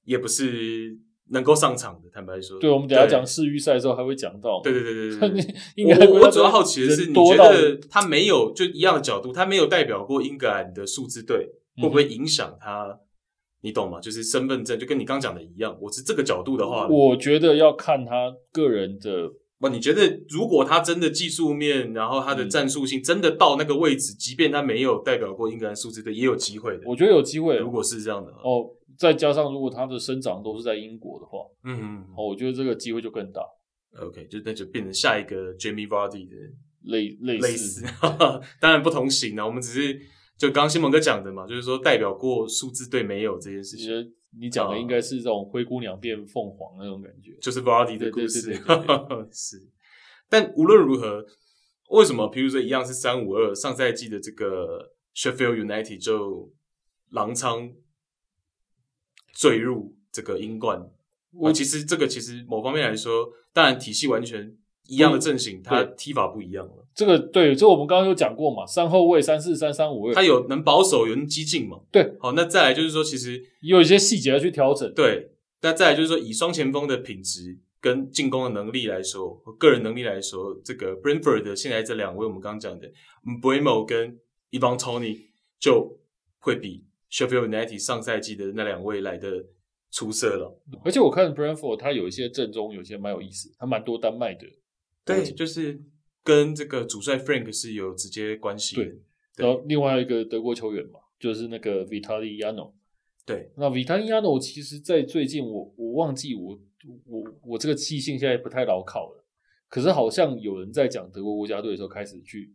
Speaker 1: 也不是能够上场的。坦白说，
Speaker 2: 对，我们等一下讲世预赛的时候还会讲到。
Speaker 1: 对，对对对对对。
Speaker 2: 应该
Speaker 1: 我我主要好奇的是，你觉
Speaker 2: 多到
Speaker 1: 得他没有就一样的角度，他没有代表过英格兰的数字队，
Speaker 2: 嗯
Speaker 1: 会不会影响他？你懂吗？就是身份证，就跟你刚讲的一样。我是这个角度的话，
Speaker 2: 我觉得要看他个人的，
Speaker 1: 不，你觉得如果他真的技术面，然后他的
Speaker 2: 嗯
Speaker 1: 战术性真的到那个位置，即便他没有代表过英格兰数字队，也有机会的。
Speaker 2: 我觉得有机会。
Speaker 1: 如果是这样的话，
Speaker 2: 哦，再加上如果他的生长都是在英国的话，
Speaker 1: 嗯
Speaker 2: 哦，我觉得这个机会就更大。
Speaker 1: ，OK，就那就变成下一个 Jamie Vardy 的
Speaker 2: 类类
Speaker 1: 类似， 当然不同型啊。我们只是就刚刚新蒙哥讲的嘛，就是说代表过数字队没有这件事
Speaker 2: 你
Speaker 1: 情，
Speaker 2: 的你讲
Speaker 1: 啊
Speaker 2: 的应该是这种灰姑娘变凤凰那种感觉。
Speaker 1: 就是 Vardy 的故
Speaker 2: 对
Speaker 1: 事
Speaker 2: 对对对
Speaker 1: 是。 但无论如何，为什么比如说一样是三五二，上赛季的这个 Sheffield United 就狼仓坠入这个英冠？
Speaker 2: 我
Speaker 1: 我其实这个其实某方面来说，当然体系完全一样的阵型，他
Speaker 2: 嗯对
Speaker 1: 踢法不一样了，
Speaker 2: 这个对，这我们刚刚有讲过嘛，三后卫、三四三、三五
Speaker 1: 他
Speaker 2: 二，
Speaker 1: 有能保守，有能激进嘛？
Speaker 2: 对，
Speaker 1: 好，那再来就是说，其实
Speaker 2: 有一些细节要去调整。
Speaker 1: 对，那再来就是说，以双前锋的品质跟进攻的能力来说，个人能力来说，这个 Brentford 的现在这两位我们刚刚讲的 b r e m o 跟 Ivan Tony 就会比 Sheffield United 上赛季的那两位来的出色了。
Speaker 2: 而且我看 Brentford 他有一些正宗，有一些蛮有意思，他蛮多丹麦的。
Speaker 1: 对，就是跟这个主帅 Frank 是有直接关系的。
Speaker 2: 对
Speaker 1: 对
Speaker 2: 然后另外一个德国球员嘛，就是那个 Vitaliano。
Speaker 1: 对，
Speaker 2: 那 Vitaliano 其实，在最近我我忘记我我我这个记性现在不太牢靠了，可是好像有人在讲德国国家队的时候开始去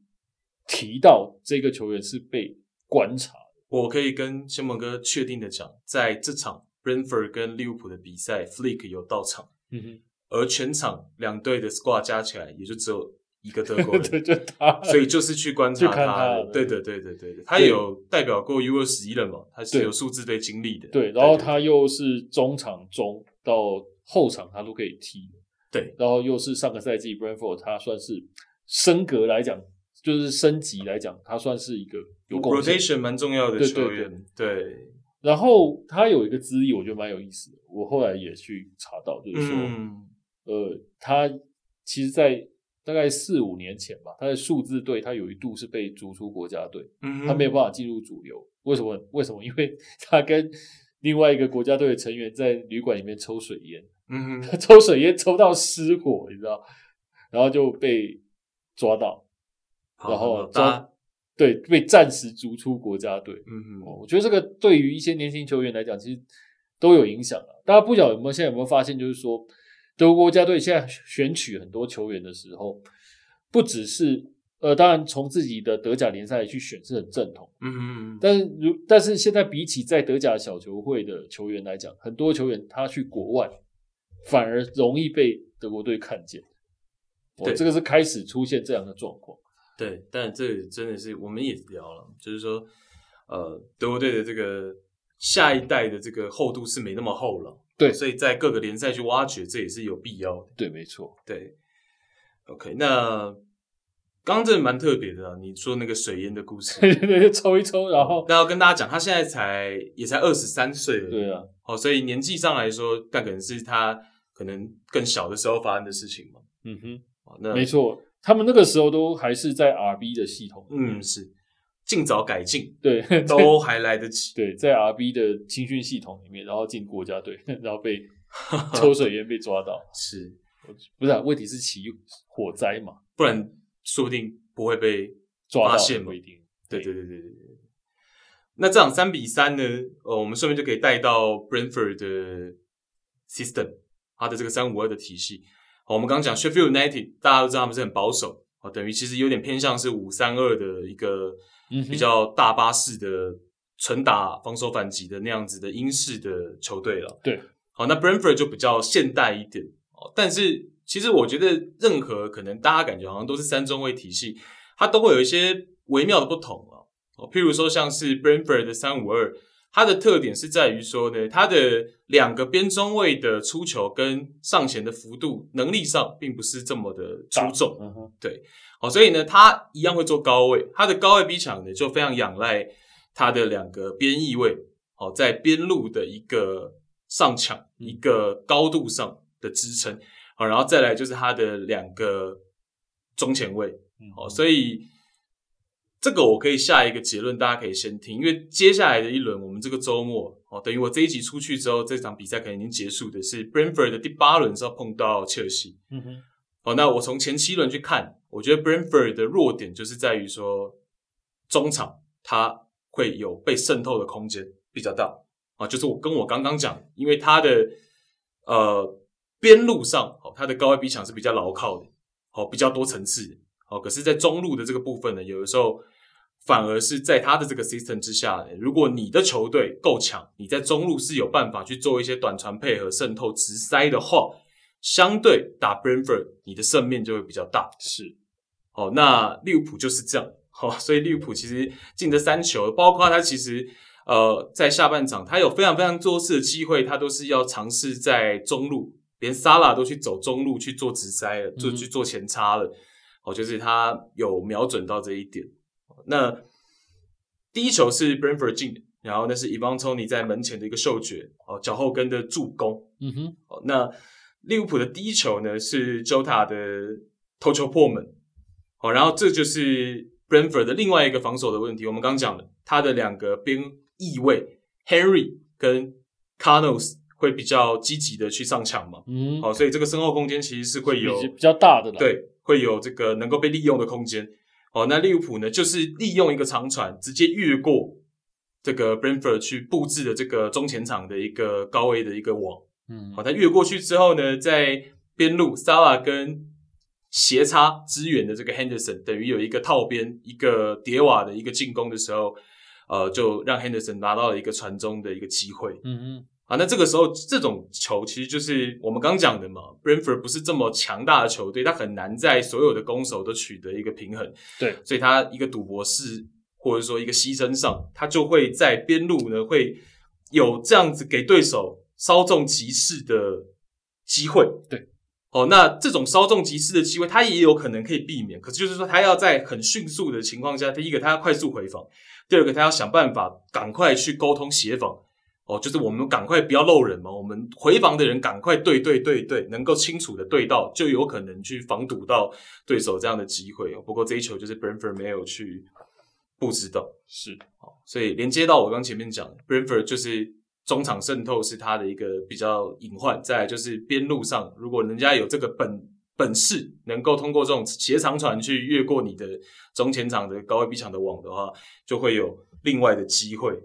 Speaker 2: 提到这个球员是被观察的。
Speaker 1: 我可以跟仙蒙哥确定的讲，在这场 Brentford 跟利物浦的比赛，Flick 有到场。
Speaker 2: 嗯
Speaker 1: 而全场两队的 squad 加起来也就只有一个德国
Speaker 2: 哼， 对，
Speaker 1: 人，
Speaker 2: 就 他，
Speaker 1: 所以就是去观察
Speaker 2: 去看他
Speaker 1: 的
Speaker 2: 的
Speaker 1: 对对对对对对，他也有代表过 U 二十一了嘛，他是
Speaker 2: 对
Speaker 1: 有数字队经历的。
Speaker 2: 对，然后
Speaker 1: 对
Speaker 2: 他又是中场中到后场他都可以踢，
Speaker 1: 对，
Speaker 2: 然后又是上个赛季 Brentford 他算是升格来讲，就是升级来讲，他算是一个有贡献。
Speaker 1: rotation 蛮重要的
Speaker 2: 对对
Speaker 1: 球员，对
Speaker 2: 然后他有一个资历，我觉得蛮有意思的，我后来也去查到，就是说、
Speaker 1: 嗯，
Speaker 2: 呃，他其实，在大概四五年前吧，他在数字队，他有一度是被逐出国家队，
Speaker 1: 嗯哼，
Speaker 2: 他没有办法进入主流。为什么？为什么？因为 他跟另外一个国家队的成员在旅馆里面抽水烟，
Speaker 1: 嗯哼，
Speaker 2: 他抽水烟抽到失火，你知道，然后就被抓到，
Speaker 1: 好
Speaker 2: 然后
Speaker 1: 好
Speaker 2: 抓
Speaker 1: 哦大，
Speaker 2: 对，被暂时逐出国家队。
Speaker 1: 嗯
Speaker 2: 哦
Speaker 1: 哼，
Speaker 2: 我觉得这个对于一些年轻球员来讲，其实都有影响了。大家不晓得有没有现在有没有发现，就是说德国国家队现在选取很多球员的时候，不只是呃，当然从自己的德甲联赛去选是很正统，
Speaker 1: 嗯哼，
Speaker 2: 但是如但是现在比起在德甲小球会的球员来讲，很多球员他去国外反而容易被德国队看见。哦，
Speaker 1: 对
Speaker 2: 这个是开始出现这样的状况。
Speaker 1: 对，但这个真的是我们也聊了，就是说，呃，德国队的这个下一代的这个厚度是没那么厚了，
Speaker 2: 对
Speaker 1: 所以在各个联赛去挖掘，这也是有必要的。
Speaker 2: 对，没 错。，
Speaker 1: 对，OK，那刚刚真的蛮特别的、啊，你说那个水烟的故事
Speaker 2: 就抽一抽，然后
Speaker 1: 那要跟大家讲，他现在才也才二十三岁而已，
Speaker 2: 对啊，
Speaker 1: 哦，所以年纪上来说，但可能是他可能更小的时候发生的事情嘛。
Speaker 2: 嗯哼。
Speaker 1: 哦那
Speaker 2: 没，错，他们那个时候都还是在 RB 的系统，
Speaker 1: 嗯，是尽早改进，
Speaker 2: 对
Speaker 1: 都还来得及。
Speaker 2: 对，在 RB 的青训系统里面，然后进国家队， 然后 被抽水烟被抓到，
Speaker 1: 是，
Speaker 2: 不是、啊，问题是起火灾嘛，
Speaker 1: 不然说不定不会被。
Speaker 2: 抓
Speaker 1: 发
Speaker 2: 到
Speaker 1: 现
Speaker 2: 也
Speaker 1: 嘛
Speaker 2: 不一定，
Speaker 1: 对对对对对对。那这场三比三呢？呃，我们顺便就可以带到 Brentford 的 system，它的这个三五二的体系。好，我们刚刚讲 Sheffield United，大家都知道他们是很保守，哦，等于其实有点偏向是五三二的一个
Speaker 2: 嗯哼
Speaker 1: 比较大巴式的纯打防守反击的那样子的英式的球队了。
Speaker 2: 对，
Speaker 1: 好，那 Brentford 就比较现代一点哦，但是其实我觉得任何可能大家感觉好像都是三中卫体系，它都会有一些微妙的不同啊。哦，譬如说像是 Brentford 的三五二，它的特点是在于说呢，它的两个边中卫的出球跟上前的幅度能力上并不是这么的出众。
Speaker 2: 嗯哼，
Speaker 1: 好，哦所以呢，他一样会做高位，他的高位逼抢呢就非常仰赖他的两个边翼位，好、在边路的一个上抢、
Speaker 2: 嗯
Speaker 1: 一个高度上的支撑，好、然后再来就是他的两个中前卫，
Speaker 2: 嗯
Speaker 1: 好、所以这个我可以下一个结论，大家可以先听，因为接下来的一轮我们这个周末，哦，等于我这一集出去之后，这场比赛可能已经结束的是 Brentford 的第八轮是要碰到切尔西，
Speaker 2: 嗯哼，
Speaker 1: 哦，那我从前七轮去看，我觉得 Brentford 的弱点就是在于说中场它会有被渗透的空间比较大啊，就是我跟我刚刚讲，因为它的呃边路上哦，它的高位逼抢是比较牢靠的，哦，比较多层次的，哦，可是，在中路的这个部分呢，有的时候反而是在它的这个 system 之下，如果你的球队够强，你在中路是有办法去做一些短传配合、渗透、直塞的话，相对打 Brentford，你的胜面就会比较大。
Speaker 2: 是
Speaker 1: 哦，那利物浦就是这样。哦，所以利物浦其实进的三球，包括他其实呃在下半场，他有非常非常多次的机会，他都是要尝试在中路，连萨拉都去走中路去做直塞了，就
Speaker 2: 嗯
Speaker 1: 去做前插了。哦，就是他有瞄准到这一点。哦那第一球是 Brentford 进的，然后那是 Ivan Tony 在门前的一个嗅觉，哦，脚后跟的助攻。
Speaker 2: 嗯哼，
Speaker 1: 哦，那利物浦的第一球呢是 Jota 的头球破门，哦，然后这就是 Brentford 的另外一个防守的问题。我们刚讲了，他的两个边翼位 Henry 跟 Carnos 会比较积极的去上抢嘛，
Speaker 2: 嗯哼，
Speaker 1: 哦，所以这个身后空间其实是会有
Speaker 2: 比比较大的啦，，
Speaker 1: 对，会有这个能够被利用的空间。哦，那利物浦呢，就是利用一个长传，直接越过这个 Brentford 去布置的这个中前场的一个高位的一个网。
Speaker 2: 嗯
Speaker 1: 好，，他越过去之后呢，在边路 s a l a 跟斜插支援的这个 Henderson，等于有一个套边、一个叠瓦的一个进攻的时候，呃，就让 Henderson 拿到了一个传中的一个机会。
Speaker 2: 嗯哼，
Speaker 1: 啊，那这个时候这种球其实就是我们刚讲的嘛，Brentford 不是这么强大的球队，他很难在所有的攻守都取得一个平衡，
Speaker 2: 对，
Speaker 1: 所以他一个赌博式或者说一个牺牲上，他就会在边路呢会有这样子给对手稍纵即逝的机会，
Speaker 2: 对，
Speaker 1: 哦，那这种稍纵即逝的机会，他也有可能可以避免，可是就是说他要在很迅速的情况下，第一个他要快速回防，第二个他要想办法赶快去沟通协防。哦，就是我们赶快不要漏人嘛，我们回防的人赶快对对对对，能够清楚的对到，就有可能去防堵到对手这样的机会。哦不过这一球就是 Brentford 没有去布置到，
Speaker 2: 是
Speaker 1: 所以连接到我刚前面讲的，Brentford 就是中场渗透是他的一个比较隐患。再来就是边路上，如果人家有这个本本事，能够通过这种斜长传去越过你的中前场的高位逼抢的网的话，就会有另外的机会。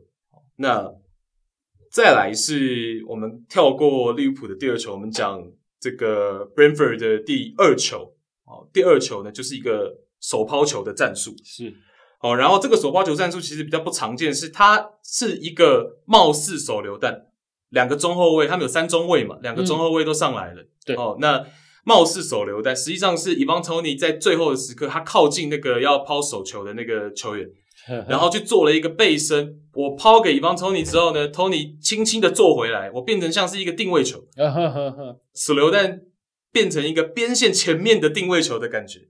Speaker 1: 那再来是我们跳过利物浦的第二球，我们讲这个 Brentford 的第二球。哦，第二球呢就是一个手抛球的战术。
Speaker 2: 是，
Speaker 1: 哦，然后这个手抛球战术其实比较不常见，是它是一个貌似手榴弹，两个中后卫，他们有三中卫嘛，两个中后卫都上来了，
Speaker 2: 对
Speaker 1: 哦，那貌似手榴弹，实际上是 Ivan Tony 在最后的时刻，他靠近那个要抛手球的那个球员， 然后去做了一个背身，我抛给 Ivan Tony 之后呢，Tony 轻轻的做回来，我变成像是一个定位球，
Speaker 2: 啊哈哈哈，
Speaker 1: 手榴弹变成一个边线前面的定位球的感觉。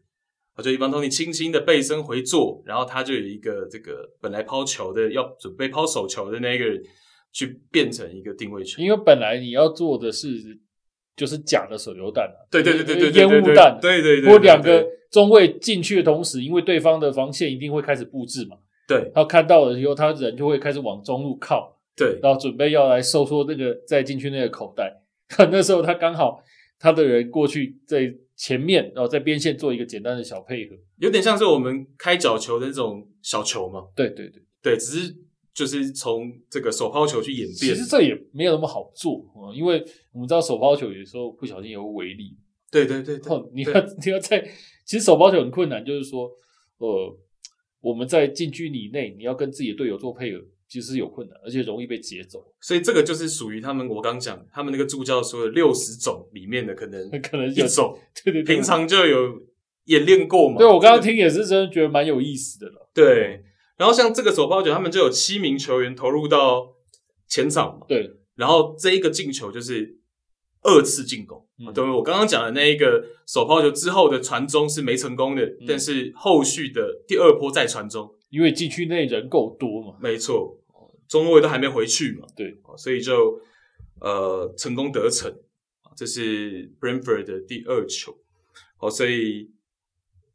Speaker 1: 啊，就一方通尼轻轻的背身回坐，然后他就有一个这个本来抛球的要准备抛手球的那个人，去变成一个定位球。
Speaker 2: 因为本来你要做的是就是假的手榴弹啊，
Speaker 1: 对对对对对，对
Speaker 2: 烟雾弹，
Speaker 1: 对对对对，
Speaker 2: 或两个
Speaker 1: 对
Speaker 2: 中卫进去的同时，因为对方的防线一定会开始布置嘛，
Speaker 1: 对
Speaker 2: 他看到了以后，他人就会开始往中路靠，
Speaker 1: 对
Speaker 2: 然后准备要来收缩那个再进去那个口袋。 那时候他刚好他的人过去在前面，然后在边线做一个简单的小配合。
Speaker 1: 有点像是我们开角球的那种小球嘛。
Speaker 2: 对对对，
Speaker 1: 对，只是就是从这个手抛球去演
Speaker 2: 其
Speaker 1: 变
Speaker 2: 实。这也没有那么好做啊、嗯因为我们知道手抛球有时候不小心有违力，
Speaker 1: 对对对对
Speaker 2: 哦，你要 你要在，其实手抛球很困难，就是说，呃，我们在禁区里内，你要跟自己的队友做配合，其实是有困难，而且容易被截走，
Speaker 1: 所以这个就是属于他们我刚讲他们那个助教说的六十种里面的可能
Speaker 2: 可能
Speaker 1: 一
Speaker 2: 有
Speaker 1: 种。
Speaker 2: 对对对，
Speaker 1: 平常就有演练过嘛。
Speaker 2: 对我刚刚听也是真的觉得蛮有意思的了。
Speaker 1: 对，然后像这个手抛球，他们就有七名球员投入到前场嘛，
Speaker 2: 对，
Speaker 1: 然后这一个进球就是二次进攻。
Speaker 2: 嗯
Speaker 1: 对，我刚刚讲的那一个手抛球之后的传中是没成功的，
Speaker 2: 嗯
Speaker 1: 但是后续的第二波再传中，
Speaker 2: 因为禁区内人够多嘛，
Speaker 1: 没错，中卫都还没回去嘛，
Speaker 2: 对，
Speaker 1: 所以就呃成功得逞，这是 Brentford 的第二球，好，所以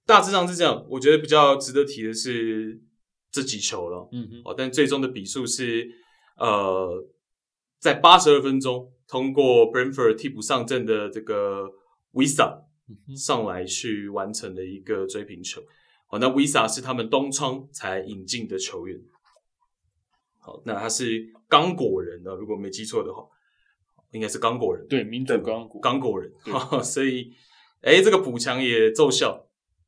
Speaker 1: 大致上是这样。我觉得比较值得提的是这几球了，
Speaker 2: 嗯哼，
Speaker 1: 好，但最终的比数是呃在八十二分钟，通过 Brentford 替补上阵的这个 Visa
Speaker 2: 嗯哼
Speaker 1: 上来去完成的一个追平球。好，那 Visa 是他们东窗才引进的球员。好，那他是刚果人啊呢，如果没记错的话，应该是刚果人，
Speaker 2: 对，民主刚果，
Speaker 1: 刚果人。
Speaker 2: 对
Speaker 1: 哈， 所以，哎、这个补强也奏效。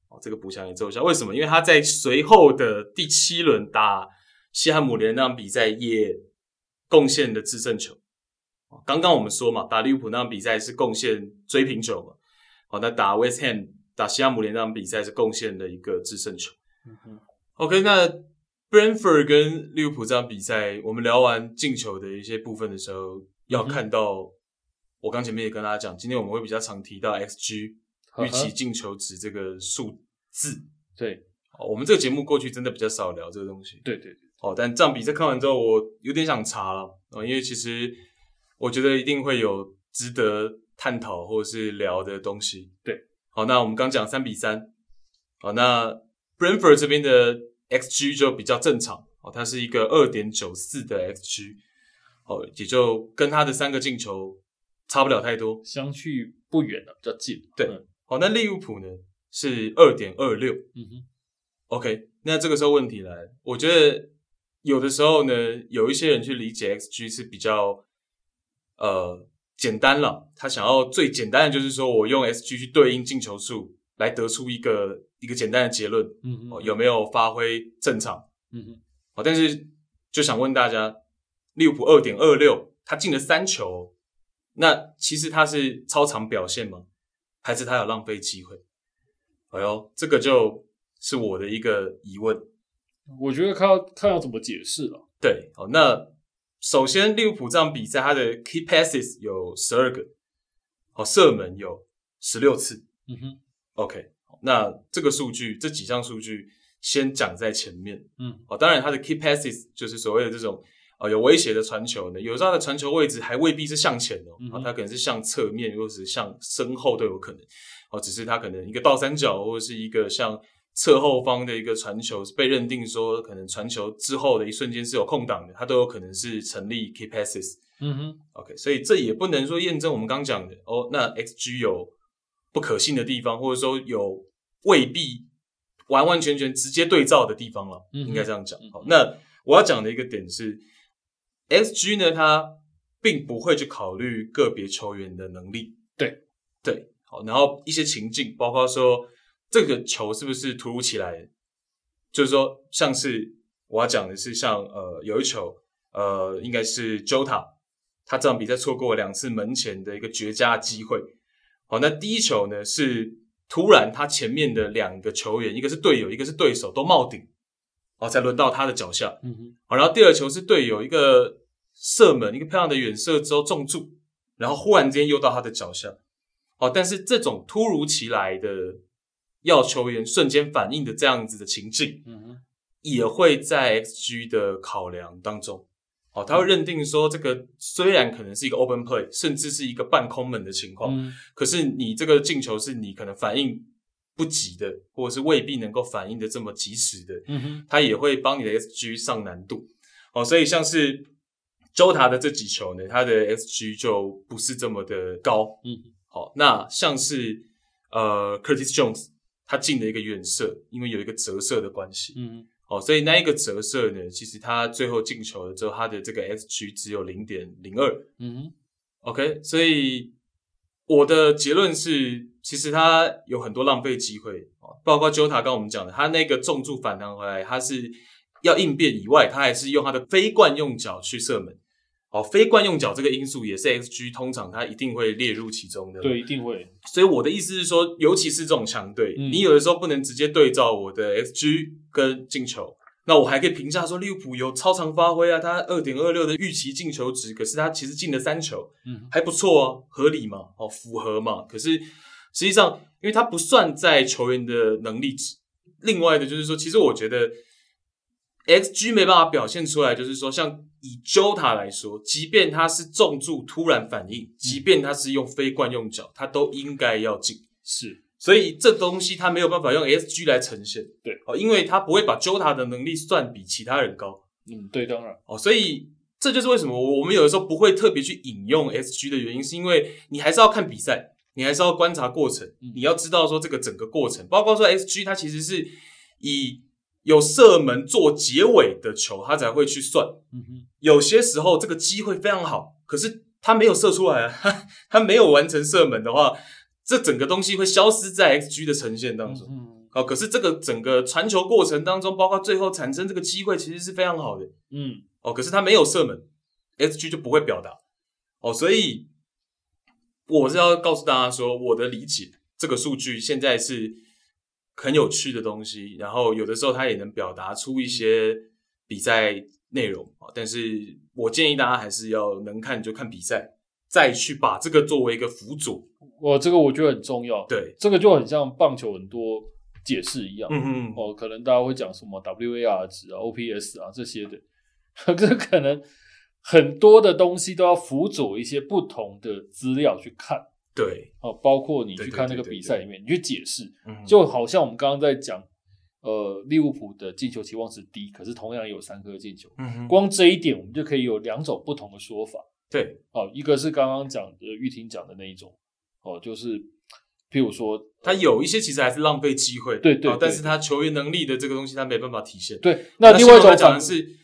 Speaker 1: 哦，这个补强也奏效，为什么？因为他在随后的第七轮打西汉姆联那场比赛也贡献了制胜球。哦刚刚我们说嘛，打利物浦那场比赛是贡献追平球嘛，好，那打 West Ham 打西汉姆联那场比赛是贡献了一个制胜球。
Speaker 2: 嗯哼
Speaker 1: OK，那 Brentford 跟利物浦这场比赛，我们聊完进球的一些部分的时候，要看到、我刚前面也跟大家讲，今天我们会比较常提到 XG 预期进球值这个数字。
Speaker 2: 对
Speaker 1: 哦，我们这个节目过去真的比较少聊这个东西。
Speaker 2: 对对对，
Speaker 1: 哦，但这场比赛看完之后，我有点想查了、哦，因为其实我觉得一定会有值得探讨或是聊的东西。
Speaker 2: 对，
Speaker 1: 好，那我们刚讲三比三，好，那 Brentford 这边的 xG 就比较正常，哦，它是一个二点九四的 xG，哦，也就跟他的三个进球差不了太多。
Speaker 2: 相去不远了，比较近。
Speaker 1: 对
Speaker 2: 嗯
Speaker 1: 好，那利物浦呢是二点二六，
Speaker 2: 嗯哼，
Speaker 1: OK，那这个时候问题来了，我觉得有的时候呢，有一些人去理解 XG 是比较呃简单了，他想要最简单的就是说我用 XG 去对应进球数来得出一个一个简单的结论，
Speaker 2: 嗯哼，
Speaker 1: 哦、有没有发挥正常？
Speaker 2: 嗯哼，
Speaker 1: 哦，但是就想问大家，利物浦二点二六，他进了三球，那其实他是超常表现吗？还是他有浪费机会？哎呦，这个就是我的一个疑问。
Speaker 2: 我觉得看要看要怎么解释了。
Speaker 1: 对，哦，那首先利物浦这场比赛，他的 key passes 有十二个，哦，射门有十六次。
Speaker 2: 嗯哼，
Speaker 1: OK，那这个数据，这几项数据先讲在前面。
Speaker 2: 嗯，
Speaker 1: 哦，当然他的 key passes 就是所谓的这种呃有威胁的传球呢，有时候他的传球位置还未必是向前哦，
Speaker 2: 嗯哼
Speaker 1: 啊，他可能是向侧面或者是向身后都有可能，哦，只是他可能一个倒三角或者是一个向侧后方的一个传球是被认定说可能传球之后的一瞬间是有空档的，他都有可能是成立 key passes。
Speaker 2: 嗯哼，
Speaker 1: OK，所以这也不能说验证我们刚讲的哦。那 XG 有不可信的地方，或者说有未必完完全全直接对照的地方了，
Speaker 2: 嗯哼
Speaker 1: 应该这样讲
Speaker 2: 嗯。
Speaker 1: 好，那我要讲的一个点是，XG 呢，它并不会去考虑个别球员的能力，
Speaker 2: 对
Speaker 1: 对，好，然后一些情境，包括说这个球是不是突如其来的，就是说像是我要讲的是像呃有一球呃应该是 Jota。他这场比赛错过了两次门前的一个绝佳机会。好，那第一球呢是突然他前面的两个球员，一个是队友，一个是对手都冒顶，哦，才轮到他的脚下。
Speaker 2: 嗯哼，
Speaker 1: 好，然后第二球是队友一个射门，一个漂亮的远射之后中柱，然后忽然之间又到他的脚下。好，但是这种突如其来的要球员瞬间反应的这样子的情境，
Speaker 2: 嗯哼，
Speaker 1: 也会在 XG 的考量当中，哦，
Speaker 2: 嗯
Speaker 1: 他会认定说这个虽然可能是一个 open play，甚至是一个半空门的情况，
Speaker 2: 嗯
Speaker 1: 可是你这个进球是你可能反应不及的，或者是未必能够反应的这么及时的，
Speaker 2: 嗯哼，
Speaker 1: 他也会帮你的 XG 上难度。哦，所以像是周塔的这几球呢，他的 XG 就不是这么的高。
Speaker 2: 嗯
Speaker 1: 好、那像是呃 Curtis Jones 他进了一个远射，因为有一个折射的关系，
Speaker 2: 嗯
Speaker 1: 哦，所以那一个折射呢，其实他最后进球了之后，他的这个 xg 只有零点零二。
Speaker 2: 嗯哼，
Speaker 1: OK，所以我的结论是，其实他有很多浪费机会，哦包括 Jota 刚刚我们讲的，他那个重注反弹回来，他是要应变以外，他还是用他的非惯用脚去射门。哦，非惯用脚这个因素也是 xg 通常它一定会列入其中的。
Speaker 2: 对，一定会，
Speaker 1: 所以我的意思是说，尤其是这种强队，
Speaker 2: 嗯
Speaker 1: 你有的时候不能直接对照我的 XG 跟进球。那我还可以评价说，利物浦有超常发挥啊，他二点二六的预期进球值，可是他其实进了三球，
Speaker 2: 嗯
Speaker 1: 还不错哦，合理嘛，哦，符合嘛。可是实际上，因为他不算在球员的能力值。另外的就是说，其实我觉得 XG 没办法表现出来，就是说，像以 Jota 来说，即便他是重注突然反应，即便他是用非惯用脚，他都应该要进。
Speaker 2: 是，
Speaker 1: 所以这东西他没有办法用 SG 来呈现，
Speaker 2: 对
Speaker 1: 哦，因为他不会把 Jota 的能力算比其他人高
Speaker 2: 嗯，对，当然，
Speaker 1: 哦，所以这就是为什么我我们有的时候不会特别去引用 SG 的原因，是因为你还是要看比赛，你还是要观察过程，
Speaker 2: 嗯
Speaker 1: 你要知道说这个整个过程，包括说 SG 它其实是以有射门做结尾的球，它才会去算，
Speaker 2: 嗯哼，
Speaker 1: 有些时候这个机会非常好，可是他没有射出来啊， 他他没有完成射门的话，这整个东西会消失在 XG 的呈现当中。
Speaker 2: 嗯
Speaker 1: 哦，可是这个整个传球过程当中，包括最后产生这个机会，其实是非常好的。
Speaker 2: 嗯
Speaker 1: 哦，可是他没有射门，XG 就不会表达。哦，所以我是要告诉大家说，我的理解，这个数据现在是很有趣的东西，然后有的时候它也能表达出一些比赛内容啊。哦但是我建议大家还是要能看就看比赛，再去把这个作为一个辅佐。
Speaker 2: 我这个我觉得很重要，
Speaker 1: 对，
Speaker 2: 这个就很像棒球很多解释一样，
Speaker 1: 嗯嗯，
Speaker 2: 哦，可能大家会讲什么 WAR 值啊、OPS 啊这些的，这可能很多的东西都要辅佐一些不同的资料去看
Speaker 1: 对，
Speaker 2: 哦，包括你
Speaker 1: 对
Speaker 2: 去
Speaker 1: 对
Speaker 2: 看
Speaker 1: 对
Speaker 2: 那个
Speaker 1: 对
Speaker 2: 比
Speaker 1: 对
Speaker 2: 赛里面，你去解释，
Speaker 1: 嗯
Speaker 2: 就好像我们刚刚在讲，呃，利物浦的进球期望值低，可是同样也有三颗进球，
Speaker 1: 嗯哼
Speaker 2: 光这一点我们就可以有两种不同的说法。
Speaker 1: 对，
Speaker 2: 哦，一个是刚刚讲的玉婷讲的那一种，哦，就是譬如说，
Speaker 1: 他有一些其实还是浪费机会，
Speaker 2: 对对
Speaker 1: 哦但
Speaker 2: 对
Speaker 1: 是他球员能力的这个东西，他没办法体现。
Speaker 2: 对，那另
Speaker 1: 新
Speaker 2: 外一
Speaker 1: 闻
Speaker 2: 种
Speaker 1: 来讲的
Speaker 2: 反
Speaker 1: 是，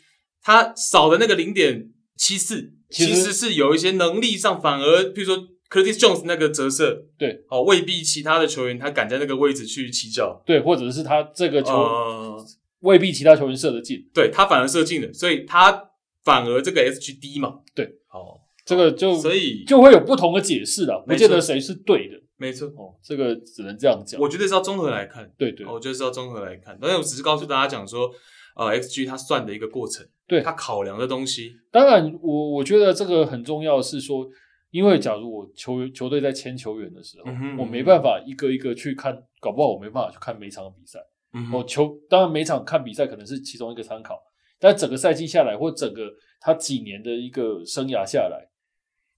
Speaker 1: 他少的那个零点七四，
Speaker 2: 其
Speaker 1: 其
Speaker 2: 实
Speaker 1: 实是有一些能力上反而，譬如说 Curtis Jones 那个折射，
Speaker 2: 对，
Speaker 1: 哦，未必其他的球员他敢在那个位置去起脚，
Speaker 2: 对，或者是他这个球、
Speaker 1: 呃，
Speaker 2: 未必其他球员射得进，
Speaker 1: 对他反而射进了，所以他反而这个 SG 低嘛，
Speaker 2: 对，
Speaker 1: 哦，
Speaker 2: 这个就
Speaker 1: 所以
Speaker 2: 就会有不同的解释了，不
Speaker 1: 没
Speaker 2: 见
Speaker 1: 错
Speaker 2: 得谁是对的
Speaker 1: 没错，
Speaker 2: 哦，这个只能这样讲。
Speaker 1: 我觉得是要综合来看，
Speaker 2: 对对
Speaker 1: 哦我觉得是要综合来看，但是我只是告诉大家讲说，呃，XG 它算的一个过程，
Speaker 2: 对
Speaker 1: 它考量的东西，
Speaker 2: 当然我我觉得这个很重要的是说，因为假如我球球队在签球员的时候，
Speaker 1: 嗯哼
Speaker 2: 我没办法一个一个去看，搞不好我没办法去看每场比赛。
Speaker 1: 嗯哼
Speaker 2: 哦，球当然每场看比赛可能是其中一个参考，但整个赛季下来，或整个他几年的一个生涯下来，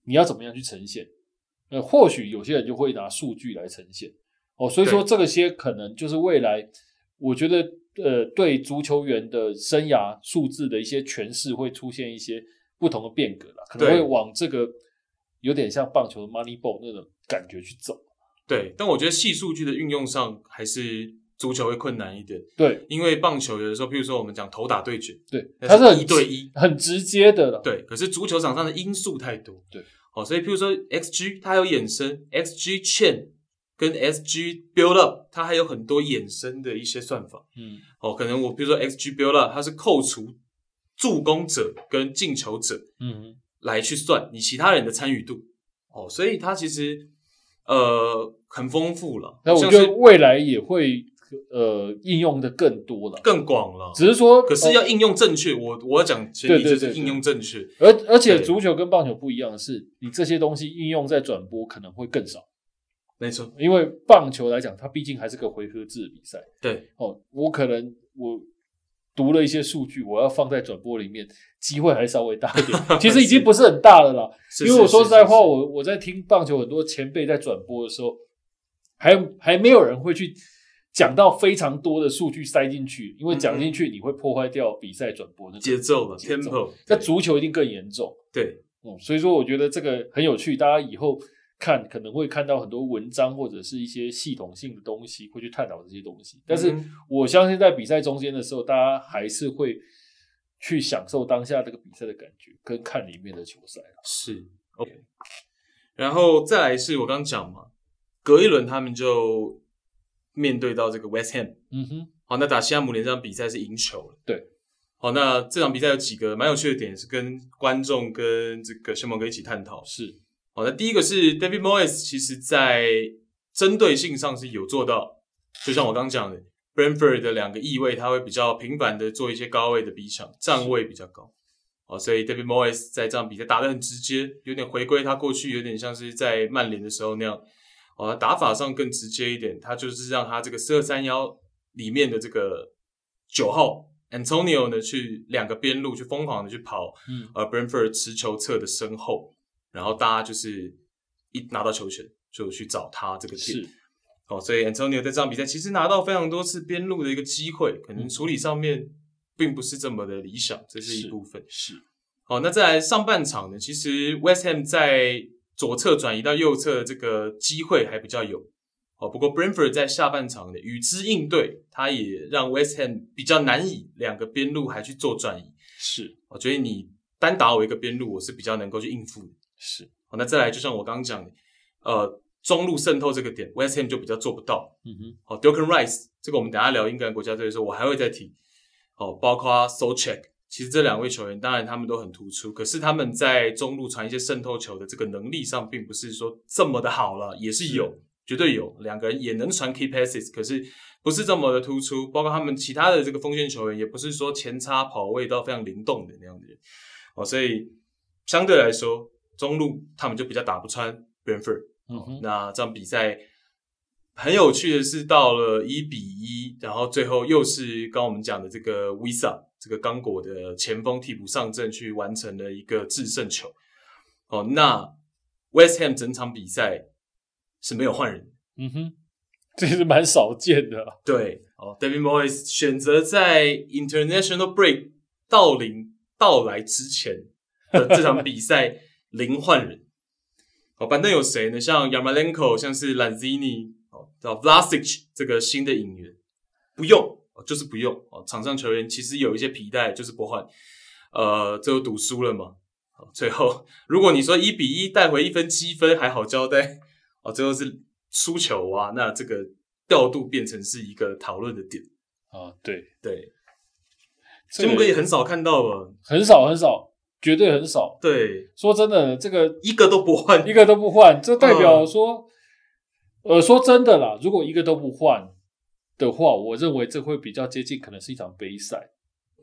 Speaker 2: 你要怎么样去呈现？呃，或许有些人就会拿数据来呈现哦，所以说
Speaker 1: 对
Speaker 2: 这个些可能就是未来，我觉得呃，对足球员的生涯数字的一些诠释会出现一些不同的变革啦，可能
Speaker 1: 对
Speaker 2: 会往这个有点像棒球的 money ball 那种感觉去走。
Speaker 1: 对，但我觉得细数据的运用上还是足球会困难一点，
Speaker 2: 对
Speaker 1: 因为棒球有的时候，譬如说我们讲头打对决，
Speaker 2: 对，
Speaker 1: 那
Speaker 2: 它是
Speaker 1: 是
Speaker 2: 很
Speaker 1: 一对
Speaker 2: 直
Speaker 1: 一
Speaker 2: 很直接的了。
Speaker 1: 对，可是足球场上的因素太多，
Speaker 2: 对，
Speaker 1: 哦，所以譬如说 XG 它有衍生，XG chain 跟 SG build up 它还有很多衍生的一些算法，
Speaker 2: 嗯，
Speaker 1: 哦，可能我比如说 XG build up 它是扣除助攻者跟进球者
Speaker 2: 嗯
Speaker 1: 来去算你其他人的参与度，哦，所以它其实呃很丰富了，
Speaker 2: 那我
Speaker 1: 像
Speaker 2: 觉得
Speaker 1: 是
Speaker 2: 未来也会呃应用的更多了，
Speaker 1: 更广了，
Speaker 2: 只是说，
Speaker 1: 可是要应用正确，我我要讲前提
Speaker 2: 哦对对
Speaker 1: 就
Speaker 2: 对
Speaker 1: 是
Speaker 2: 对
Speaker 1: 应用正确，
Speaker 2: 呃而而且
Speaker 1: 对
Speaker 2: 足球跟棒球不一样的是，你这些东西应用在转播可能会更少，
Speaker 1: 没错，
Speaker 2: 因为棒球来讲，它毕竟还是个回合制的比赛
Speaker 1: 对
Speaker 2: 哦。我可能我读了一些数据，我要放在转播里面，机会还稍微大一点， 其实已经不是很大了啦。
Speaker 1: 是
Speaker 2: 因为
Speaker 1: 是
Speaker 2: 我说
Speaker 1: 是
Speaker 2: 实在
Speaker 1: 是
Speaker 2: 话，
Speaker 1: 是
Speaker 2: 我我在听棒球很多前辈在转播的时候，还还没有人会去讲到非常多的数据塞进去，因为讲进去你会破坏掉比赛转播的
Speaker 1: 嗯节奏了
Speaker 2: 节奏
Speaker 1: ，tempo，
Speaker 2: 那
Speaker 1: 对
Speaker 2: 足球一定更严重，
Speaker 1: 对。
Speaker 2: 嗯，所以说我觉得这个很有趣，大家以后看可能会看到很多文章或者是一些系统性的东西，会去探讨这些东西。但是
Speaker 1: 嗯
Speaker 2: 我相信在比赛中间的时候，大家还是会去享受当下这个比赛的感觉，跟看里面的球赛。啊
Speaker 1: 是 OK。然后再来是我刚讲嘛，隔一轮他们就面对到这个 West Ham，
Speaker 2: 嗯哼。
Speaker 1: 好，那打西汉姆联这场比赛是赢球了。
Speaker 2: 对，
Speaker 1: 好，那这场比赛有几个蛮有趣的点，也是跟观众跟这个谢蒙哥一起探讨。
Speaker 2: 是，
Speaker 1: 好，那第一个是 David Moyes，其实在针对性上是有做到，就像我刚讲的，Brentford 的两个翼位，他会比较频繁的做一些高位的逼抢，站位比较高。好，所以 David Moyes 在这场比赛打得很直接，有点回归他过去有点像是在曼联的时候那样。哦，打法上更直接一点，他就是让他这个四二三幺里面的这个九号 Antonio 呢，去两个边路去疯狂的去跑，
Speaker 2: 嗯，
Speaker 1: 呃 Brentford 持球侧的身后，然后大家就是一拿到球权就去找他这个点
Speaker 2: 是。
Speaker 1: 哦，所以 Antonio 在这场比赛其实拿到非常多次边路的一个机会，可能处理上面并不是这么的理想，这是一
Speaker 2: 嗯是
Speaker 1: 部分。
Speaker 2: 是，
Speaker 1: 好，那再来上半场呢，其实 West Ham 在左侧转移到右侧的这个机会还比较有。哦，不过 Brentford 在下半场呢与之应对，他也让 West Ham 比较难以两个边路还去做转移。
Speaker 2: 是
Speaker 1: 我觉得哦你单打我一个边路，我是比较能够去应付的。
Speaker 2: 是，
Speaker 1: 好，那再来就像我刚刚讲的，呃，中路渗透这个点，West Ham 就比较做不到。
Speaker 2: 嗯哼，
Speaker 1: 哦 d u c a n Rice 这个我们等一下聊英格兰国家队的时候，我还会再提。哦，包括 s o c h e k 其实这两位球员当然他们都很突出，可是他们在中路传一些渗透球的这个能力上，并不是说这么的好了，也是有，绝对有。两个人也能传 key passes，可是不是这么的突出。包括他们其他的这个锋线球员，也不是说前插跑位到非常灵动的那样的人。哦，所以相对来说，中路他们就比较打不穿 Brentford。
Speaker 2: 嗯哼，
Speaker 1: 那这场比赛很有趣的是，到了一比一，然后最后又是刚刚我们讲的这个 Visa 这个刚果的前锋替补上阵去完成了一个制胜球。哦，那 West Ham 整场比赛是没有换人的，
Speaker 2: 嗯哼， 这是蛮少见的啊。
Speaker 1: 对，哦，David Moyes 选择在 International Break 到临到来之前的这场比赛零换人。哦，板凳有谁呢？像 Yarmolenko，像是 Lanzini，哦，叫 Vlasic 这个新的引援，不用，哦就是不用。哦，场上球员其实有一些皮带，就是不换。呃，最后赌输了嘛。哦最后，如果你说一比一带回一分积分还好交代，哦，最后是输球啊，那这个调度变成是一个讨论的点。
Speaker 2: 啊，对，
Speaker 1: 对，
Speaker 2: 这
Speaker 1: 这
Speaker 2: 个
Speaker 1: 个也很少看到了。
Speaker 2: 很少很少，绝对很少。
Speaker 1: 对，
Speaker 2: 说真的，这个
Speaker 1: 一个都不换
Speaker 2: 一。个都不换，这代表说，呃，说真的啦，如果一个都不换的话，我认为这会比较接近，可能是一场杯赛。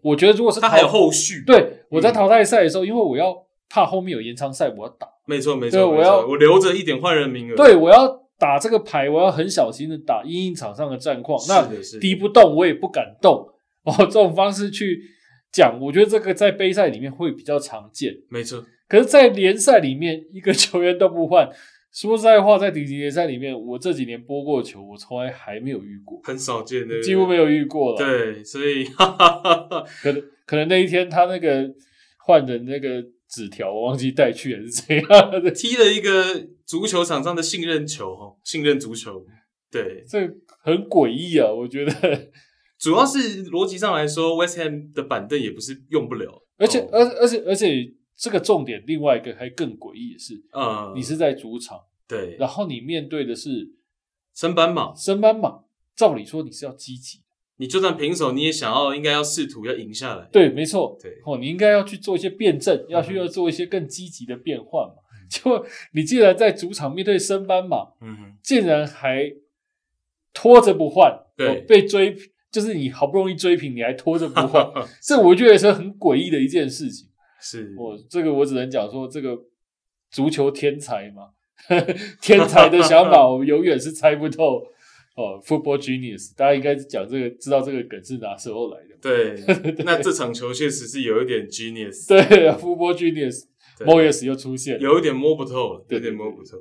Speaker 2: 我觉得如果是
Speaker 1: 他
Speaker 2: 淘
Speaker 1: 还有后续。，
Speaker 2: 对我在
Speaker 1: 嗯
Speaker 2: 淘汰赛的时候，因为我要怕后面有延长赛，我要打。
Speaker 1: 没错没错。
Speaker 2: 对
Speaker 1: 没错
Speaker 2: 我要
Speaker 1: 我留着一点换人名额。
Speaker 2: 对，我要打这个牌，我要很小心的打，因应场上的战况。
Speaker 1: 是
Speaker 2: 那
Speaker 1: 的是的
Speaker 2: 敌不动，我也不敢动。哦，这种方式去讲，我觉得这个在杯赛里面会比较常见。
Speaker 1: 没错，
Speaker 2: 可是，在联赛里面，一个球员都不换。说实在话，在顶级联赛里面，我这几年播过的球，我从来还没有遇过，
Speaker 1: 很少见的，
Speaker 2: 几乎没
Speaker 1: 有。
Speaker 2: 有遇过了。，
Speaker 1: 对，所以哈哈哈哈，
Speaker 2: 可能可能那一天他那个换人那个纸条，我忘记带去还是怎样的，
Speaker 1: 踢了一个足球场上的信任球，哦，信任足球。对，
Speaker 2: 这很诡异啊！我觉得，
Speaker 1: 主要是逻辑上来说，West Ham 的板凳也不是用不了，
Speaker 2: 而且
Speaker 1: 哦
Speaker 2: 而而且而且这个重点，另外一个还更诡异的是，
Speaker 1: 呃，
Speaker 2: 你是在主场，
Speaker 1: 对
Speaker 2: 然后你面对的是
Speaker 1: 升班嘛，
Speaker 2: 升班马，照理说你是要积极，
Speaker 1: 你就算平手，你也想要应该要试图要赢下来。
Speaker 2: 对，没错，
Speaker 1: 对，嗯
Speaker 2: 哦，你应该要去做一些辩证，要去要做一些更积极的变换嘛。就你既然在主场面对升班马，
Speaker 1: 嗯哼，
Speaker 2: 竟然还拖着不换，
Speaker 1: 对
Speaker 2: 哦被追，就是你好不容易追平，你还拖着不 换，这我觉得是很诡异的一件事情。
Speaker 1: 是
Speaker 2: 我这个我只能讲说，这个足球天才嘛， 天才的想法我永远是猜不透。哦，football genius，大家应该讲这个，知道这个梗是哪时候来的。
Speaker 1: 对。那这场球确实是有一点 genius，
Speaker 2: 对，football genius
Speaker 1: 对
Speaker 2: Moyes 又出现了，
Speaker 1: 有一点摸不透了，有
Speaker 2: 对
Speaker 1: 一
Speaker 2: 对
Speaker 1: 点摸不透。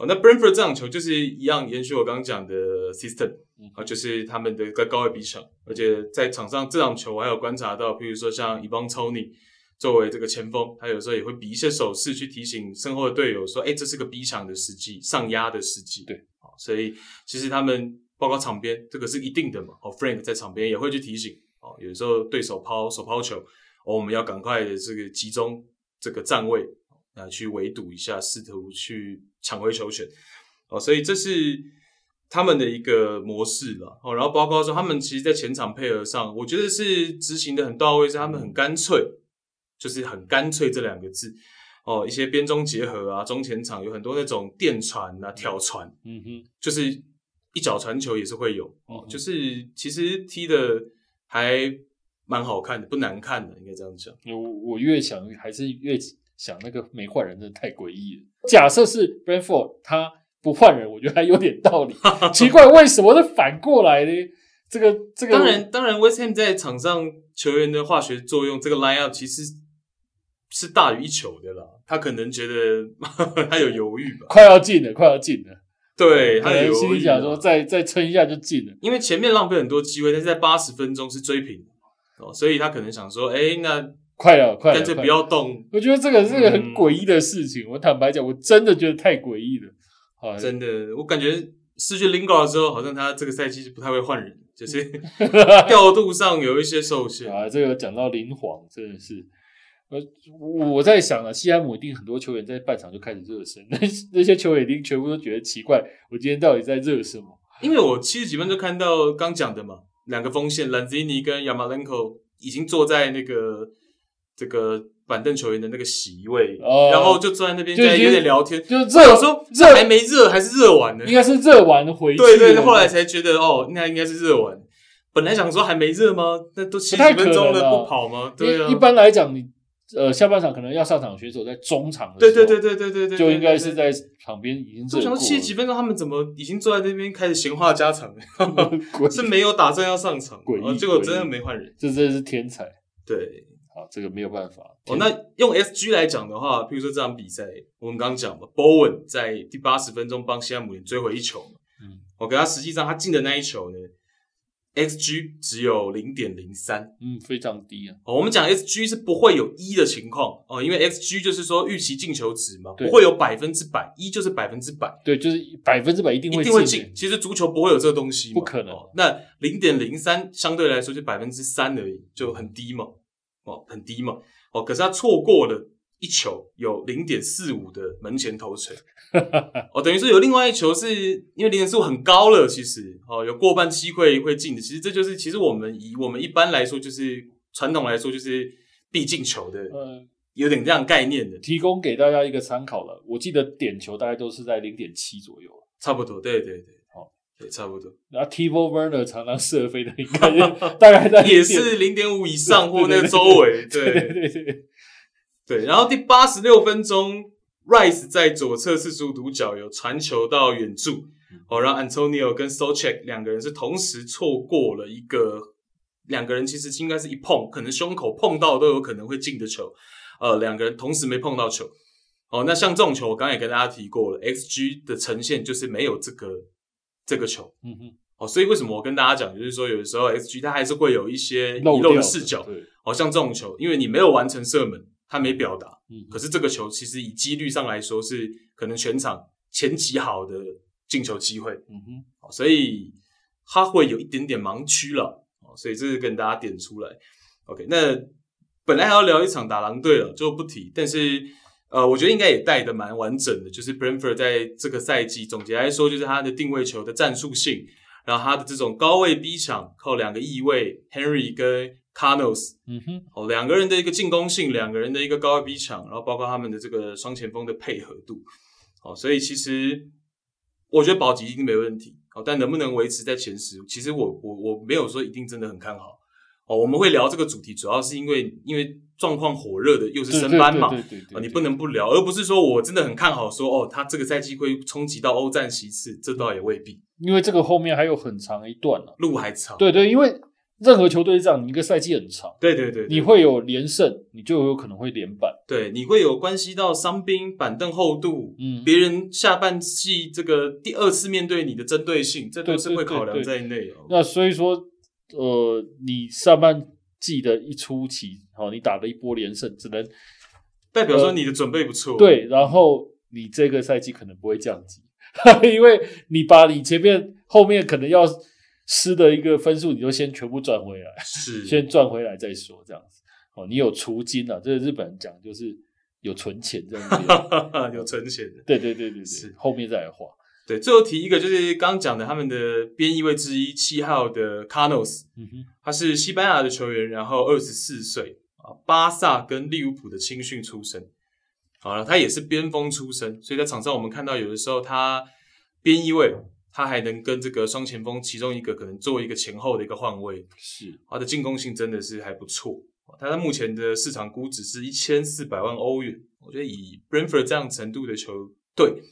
Speaker 1: 哦，那 Brentford 这场球就是一样延续我刚刚讲的 system
Speaker 2: 嗯
Speaker 1: 啊，就是他们的一个高位比场，而且在场上这场球我还有观察到，譬如说像 e v a n Tony 作为这个前锋，他有时候也会比一些手势去提醒身后的队友说，哎，这是个逼抢的时机，上压的时机。
Speaker 2: 对，
Speaker 1: 哦，所以其实他们包括场边这个是一定的嘛，哦，Frank 在场边也会去提醒，哦，有时候对手抛手抛球，哦，我们要赶快的这个集中这个站位，啊，去围堵一下，试图去抢回球权。哦，所以这是他们的一个模式了。哦，然后包括说他们其实，在前场配合上，我觉得是执行的很到位，是他们很干脆，就是很干脆这两个字。哦，一些边中结合啊，中前场有很多那种电传啊、挑传，
Speaker 2: 嗯哼，
Speaker 1: 就是一脚传球也是会有哦
Speaker 2: 嗯，哼
Speaker 1: 就是其实踢的还蛮好看的，不难看的，应该这样讲。
Speaker 2: 我我越想还是越想那个没换人真的太诡异了。假设是 Brentford 他不换人，我觉得还有点道 理。奇怪，为什么是反过来呢？这个这个
Speaker 1: 当然，当然，West Ham 在场上球员的化学作用，这个 line up 其实是大于一球的啦。他可能觉 得他有犹豫吧，
Speaker 2: 快要进了，快要进了。
Speaker 1: 对
Speaker 2: 可
Speaker 1: 他有
Speaker 2: 能
Speaker 1: 犹豫啊。
Speaker 2: 心里想说再再撑一下就进了。
Speaker 1: 因为前面浪费很多机会，但是在八十分钟是追平哦，所以他可能想说，哎、那
Speaker 2: 快了，快了，
Speaker 1: 干脆
Speaker 2: 快
Speaker 1: 不
Speaker 2: 了
Speaker 1: 要动，
Speaker 2: 我觉得这个是个很
Speaker 1: 嗯
Speaker 2: 诡异的事情。我坦白讲，我真的觉得太诡异了。啊，
Speaker 1: 真的，我感觉失去 Lingard 之后，好像他这个赛季就不太会换人，就是
Speaker 2: 嗯
Speaker 1: 调度上有一些受 限。
Speaker 2: 啊，这个讲到林皇真的是，呃，我在想啊，西汉姆一定很多球员在半场就开始热身，那那些球员一定全部都觉得奇怪，我今天到底在热什么？
Speaker 1: 因为我七十几分就看到刚讲的嘛，两个锋线兰兹尼跟亚马lenko 已经坐在那个这个板凳球员的那个席位，
Speaker 2: 哦
Speaker 1: 然后就坐在那边
Speaker 2: 就已
Speaker 1: 在
Speaker 2: 经
Speaker 1: 有点聊天。
Speaker 2: 就
Speaker 1: 我
Speaker 2: 是热
Speaker 1: 想说这
Speaker 2: 热
Speaker 1: 还没热，还是热完呢？
Speaker 2: 应该是热完回去了，
Speaker 1: 对对，后来才觉得哦，那应该是热完。本来想说还没热吗？那都七十几分钟
Speaker 2: 不太可能
Speaker 1: 了，
Speaker 2: 啊
Speaker 1: 不跑吗？对啊
Speaker 2: 一，一般来讲，你呃下半场可能要上场的选手在中场的
Speaker 1: 对
Speaker 2: 时候，
Speaker 1: 对对对对对对，
Speaker 2: 就应该是
Speaker 1: 在。
Speaker 2: 在场边已经
Speaker 1: 我
Speaker 2: 热
Speaker 1: 想说
Speaker 2: 过
Speaker 1: 七十 几分钟，他们怎么已经坐在那边开始闲话家常了？
Speaker 2: 了，
Speaker 1: 是没有打算要上场，
Speaker 2: 诡异
Speaker 1: 哦结果
Speaker 2: 诡异
Speaker 1: 真的没换人。
Speaker 2: 这真的是天才
Speaker 1: 对，
Speaker 2: 啊，这个没有办法。
Speaker 1: 哦，那用 SG 来讲的话，譬如说这场比赛，我们刚刚讲嘛，Bowen 在第八十分钟帮西汉姆联追回一球嘛，
Speaker 2: 嗯
Speaker 1: 哦，可他实际上他进的那一球呢，XG 只有零点零三，
Speaker 2: 嗯，非常低啊，
Speaker 1: 哦，我们讲 SG 是不会有一的情况哦，因为 XG 就是说预期进球值嘛，
Speaker 2: 对
Speaker 1: 不会有百分之百，一就是百分之百，
Speaker 2: 对，就是百分之百一定
Speaker 1: 一
Speaker 2: 会
Speaker 1: 定会
Speaker 2: 进的
Speaker 1: 进。其实足球不会有这个东西嘛，
Speaker 2: 不可能
Speaker 1: 哦那零点零三相对来说就百分之三而已，就很低嘛，哦，很低嘛，哦，可是他错过了一球，有零点四五的门前头 槌，哦，等于说有另外一球是因为零点四五很高了，其实哦，有过半机会会进的。其实这就是，其实我们以我们一般来说，就是传统来说就是必进球的，
Speaker 2: 嗯，
Speaker 1: 有点这样概念的，
Speaker 2: 提供给大家一个参考了。我记得点球大概都是在零点七左右，
Speaker 1: 差不多，对对对，
Speaker 2: 好，
Speaker 1: 对，差不多，
Speaker 2: 然后 Tivo Werner 常常射飞的应 该是大概在0.7
Speaker 1: 也是零点五以上或那个周围，
Speaker 2: 对
Speaker 1: 对
Speaker 2: 对对对，
Speaker 1: 对。然后第八十六分钟，Rice 在左侧四十五度角有传球到远柱，哦，让 Antonio 跟 Solchek 两个人是同时错过了一个两个人其实应该是一碰，可能胸口碰到都有可能会进的球，呃，两个人同时没碰到球。哦，那像这种球，我刚刚也跟大家提过了，XG 的呈现就是没有这个这个球。
Speaker 2: 嗯哼，
Speaker 1: 哦，所以为什么我跟大家讲，就是说有的时候 XG 它还是会有一些遗漏的视角。
Speaker 2: 对，
Speaker 1: 好、像这种球，因为你没有完成射门，它没表达，
Speaker 2: 嗯
Speaker 1: 可是这个球其实以几率上来说是可能全场前几好的进球机会，
Speaker 2: 嗯哼，
Speaker 1: 哦所以它会有一点点盲区了。哦所以这是跟大家点出来。OK，那本来还要聊一场打狼队了，就不提。但是呃，我觉得应该也带的蛮完整的，就是 Brentford 在这个赛季总结来说，就是他的定位球的战术性，然后他的这种高位逼抢，靠两个翼位 Henry 跟 Carnos
Speaker 2: 嗯哼，
Speaker 1: 哦，两个人的一个进攻性，两个人的一个高位逼抢，然后包括他们的这个双前锋的配合度，哦，所以其实我觉得保级一定没问题，哦，但能不能维持在前十，其实我我我没有说一定真的很看好，哦，我们会聊这个主题，主要是因为因为状况火热的又是升班嘛，
Speaker 2: 对对对对对
Speaker 1: 哦，
Speaker 2: 对
Speaker 1: 你不能不聊，而不是说我真的很看好说哦，他这个赛季会冲击到欧战席次，这倒也未必，
Speaker 2: 因为这个后面还有很长一段呢、
Speaker 1: 路还长，
Speaker 2: 对对，因为任何球队是这样，你一个赛季很长，
Speaker 1: 对对对，对
Speaker 2: 你会有连胜，你就有可能会连败。
Speaker 1: 对你会有关系到伤兵、板凳厚度，
Speaker 2: 嗯，
Speaker 1: 别人下半季这个第二次面对你的针对性，这都是会考量在内哦。
Speaker 2: 那所以说，呃，你上半季的一初期，哦，你打了一波连胜，只能
Speaker 1: 代表说你的准备不错，
Speaker 2: 对，然后你这个赛季可能不会降级， 因为你把你前面后面可能要失的一个分数，你就先全部赚回来，
Speaker 1: 是
Speaker 2: 先赚回来再说，这样子。哦，你有储金啊，这个日本人讲就是有存钱这样子。
Speaker 1: 有存钱的。
Speaker 2: 对对对对对
Speaker 1: 是，
Speaker 2: 后面再来花。
Speaker 1: 对，最后提一个就是刚刚讲的他们的边翼位之一七号的 Carnos，
Speaker 2: 嗯哼，
Speaker 1: 他是西班牙的球员，然后二十四岁啊，巴萨跟利物浦的青训出身。好了，他也是边锋出身，所以在场上我们看到有的时候他边翼位，他还能跟这个双前锋其中一个可能做一个前后的一个换位，
Speaker 2: 是，
Speaker 1: 他的进攻性真的是还不错。他目前的市场估值是一千四百万欧元，我觉得以 Brentford 这样程度的球队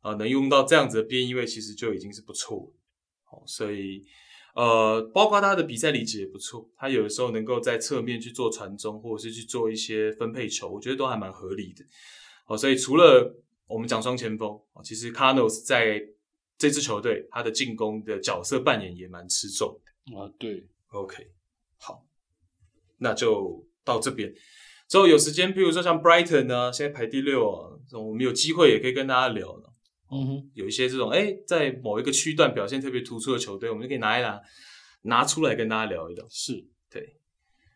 Speaker 1: 啊、能用到这样子的边翼位，其实就已经是不错了。好，所以呃，包括他的比赛理解也不错，他有的时候能够在侧面去做传中，或者是去做一些分配球，我觉得都还蛮合理的。哦，所以除了我们讲双前锋，哦其实 Carnos 在这支球队他的进攻的角色扮演也蛮吃重。
Speaker 2: 啊，对，
Speaker 1: OK，好，那就到这边。之后有时间，譬如说像 Brighton 呢，现在排第六啊，这种我们有机会也可以跟大家聊呢。
Speaker 2: 嗯哼，
Speaker 1: 有一些这种哎、在某一个区段表现特别突出的球队，我们就可以拿一拿，拿出来跟大家聊一聊。
Speaker 2: 是，
Speaker 1: 对，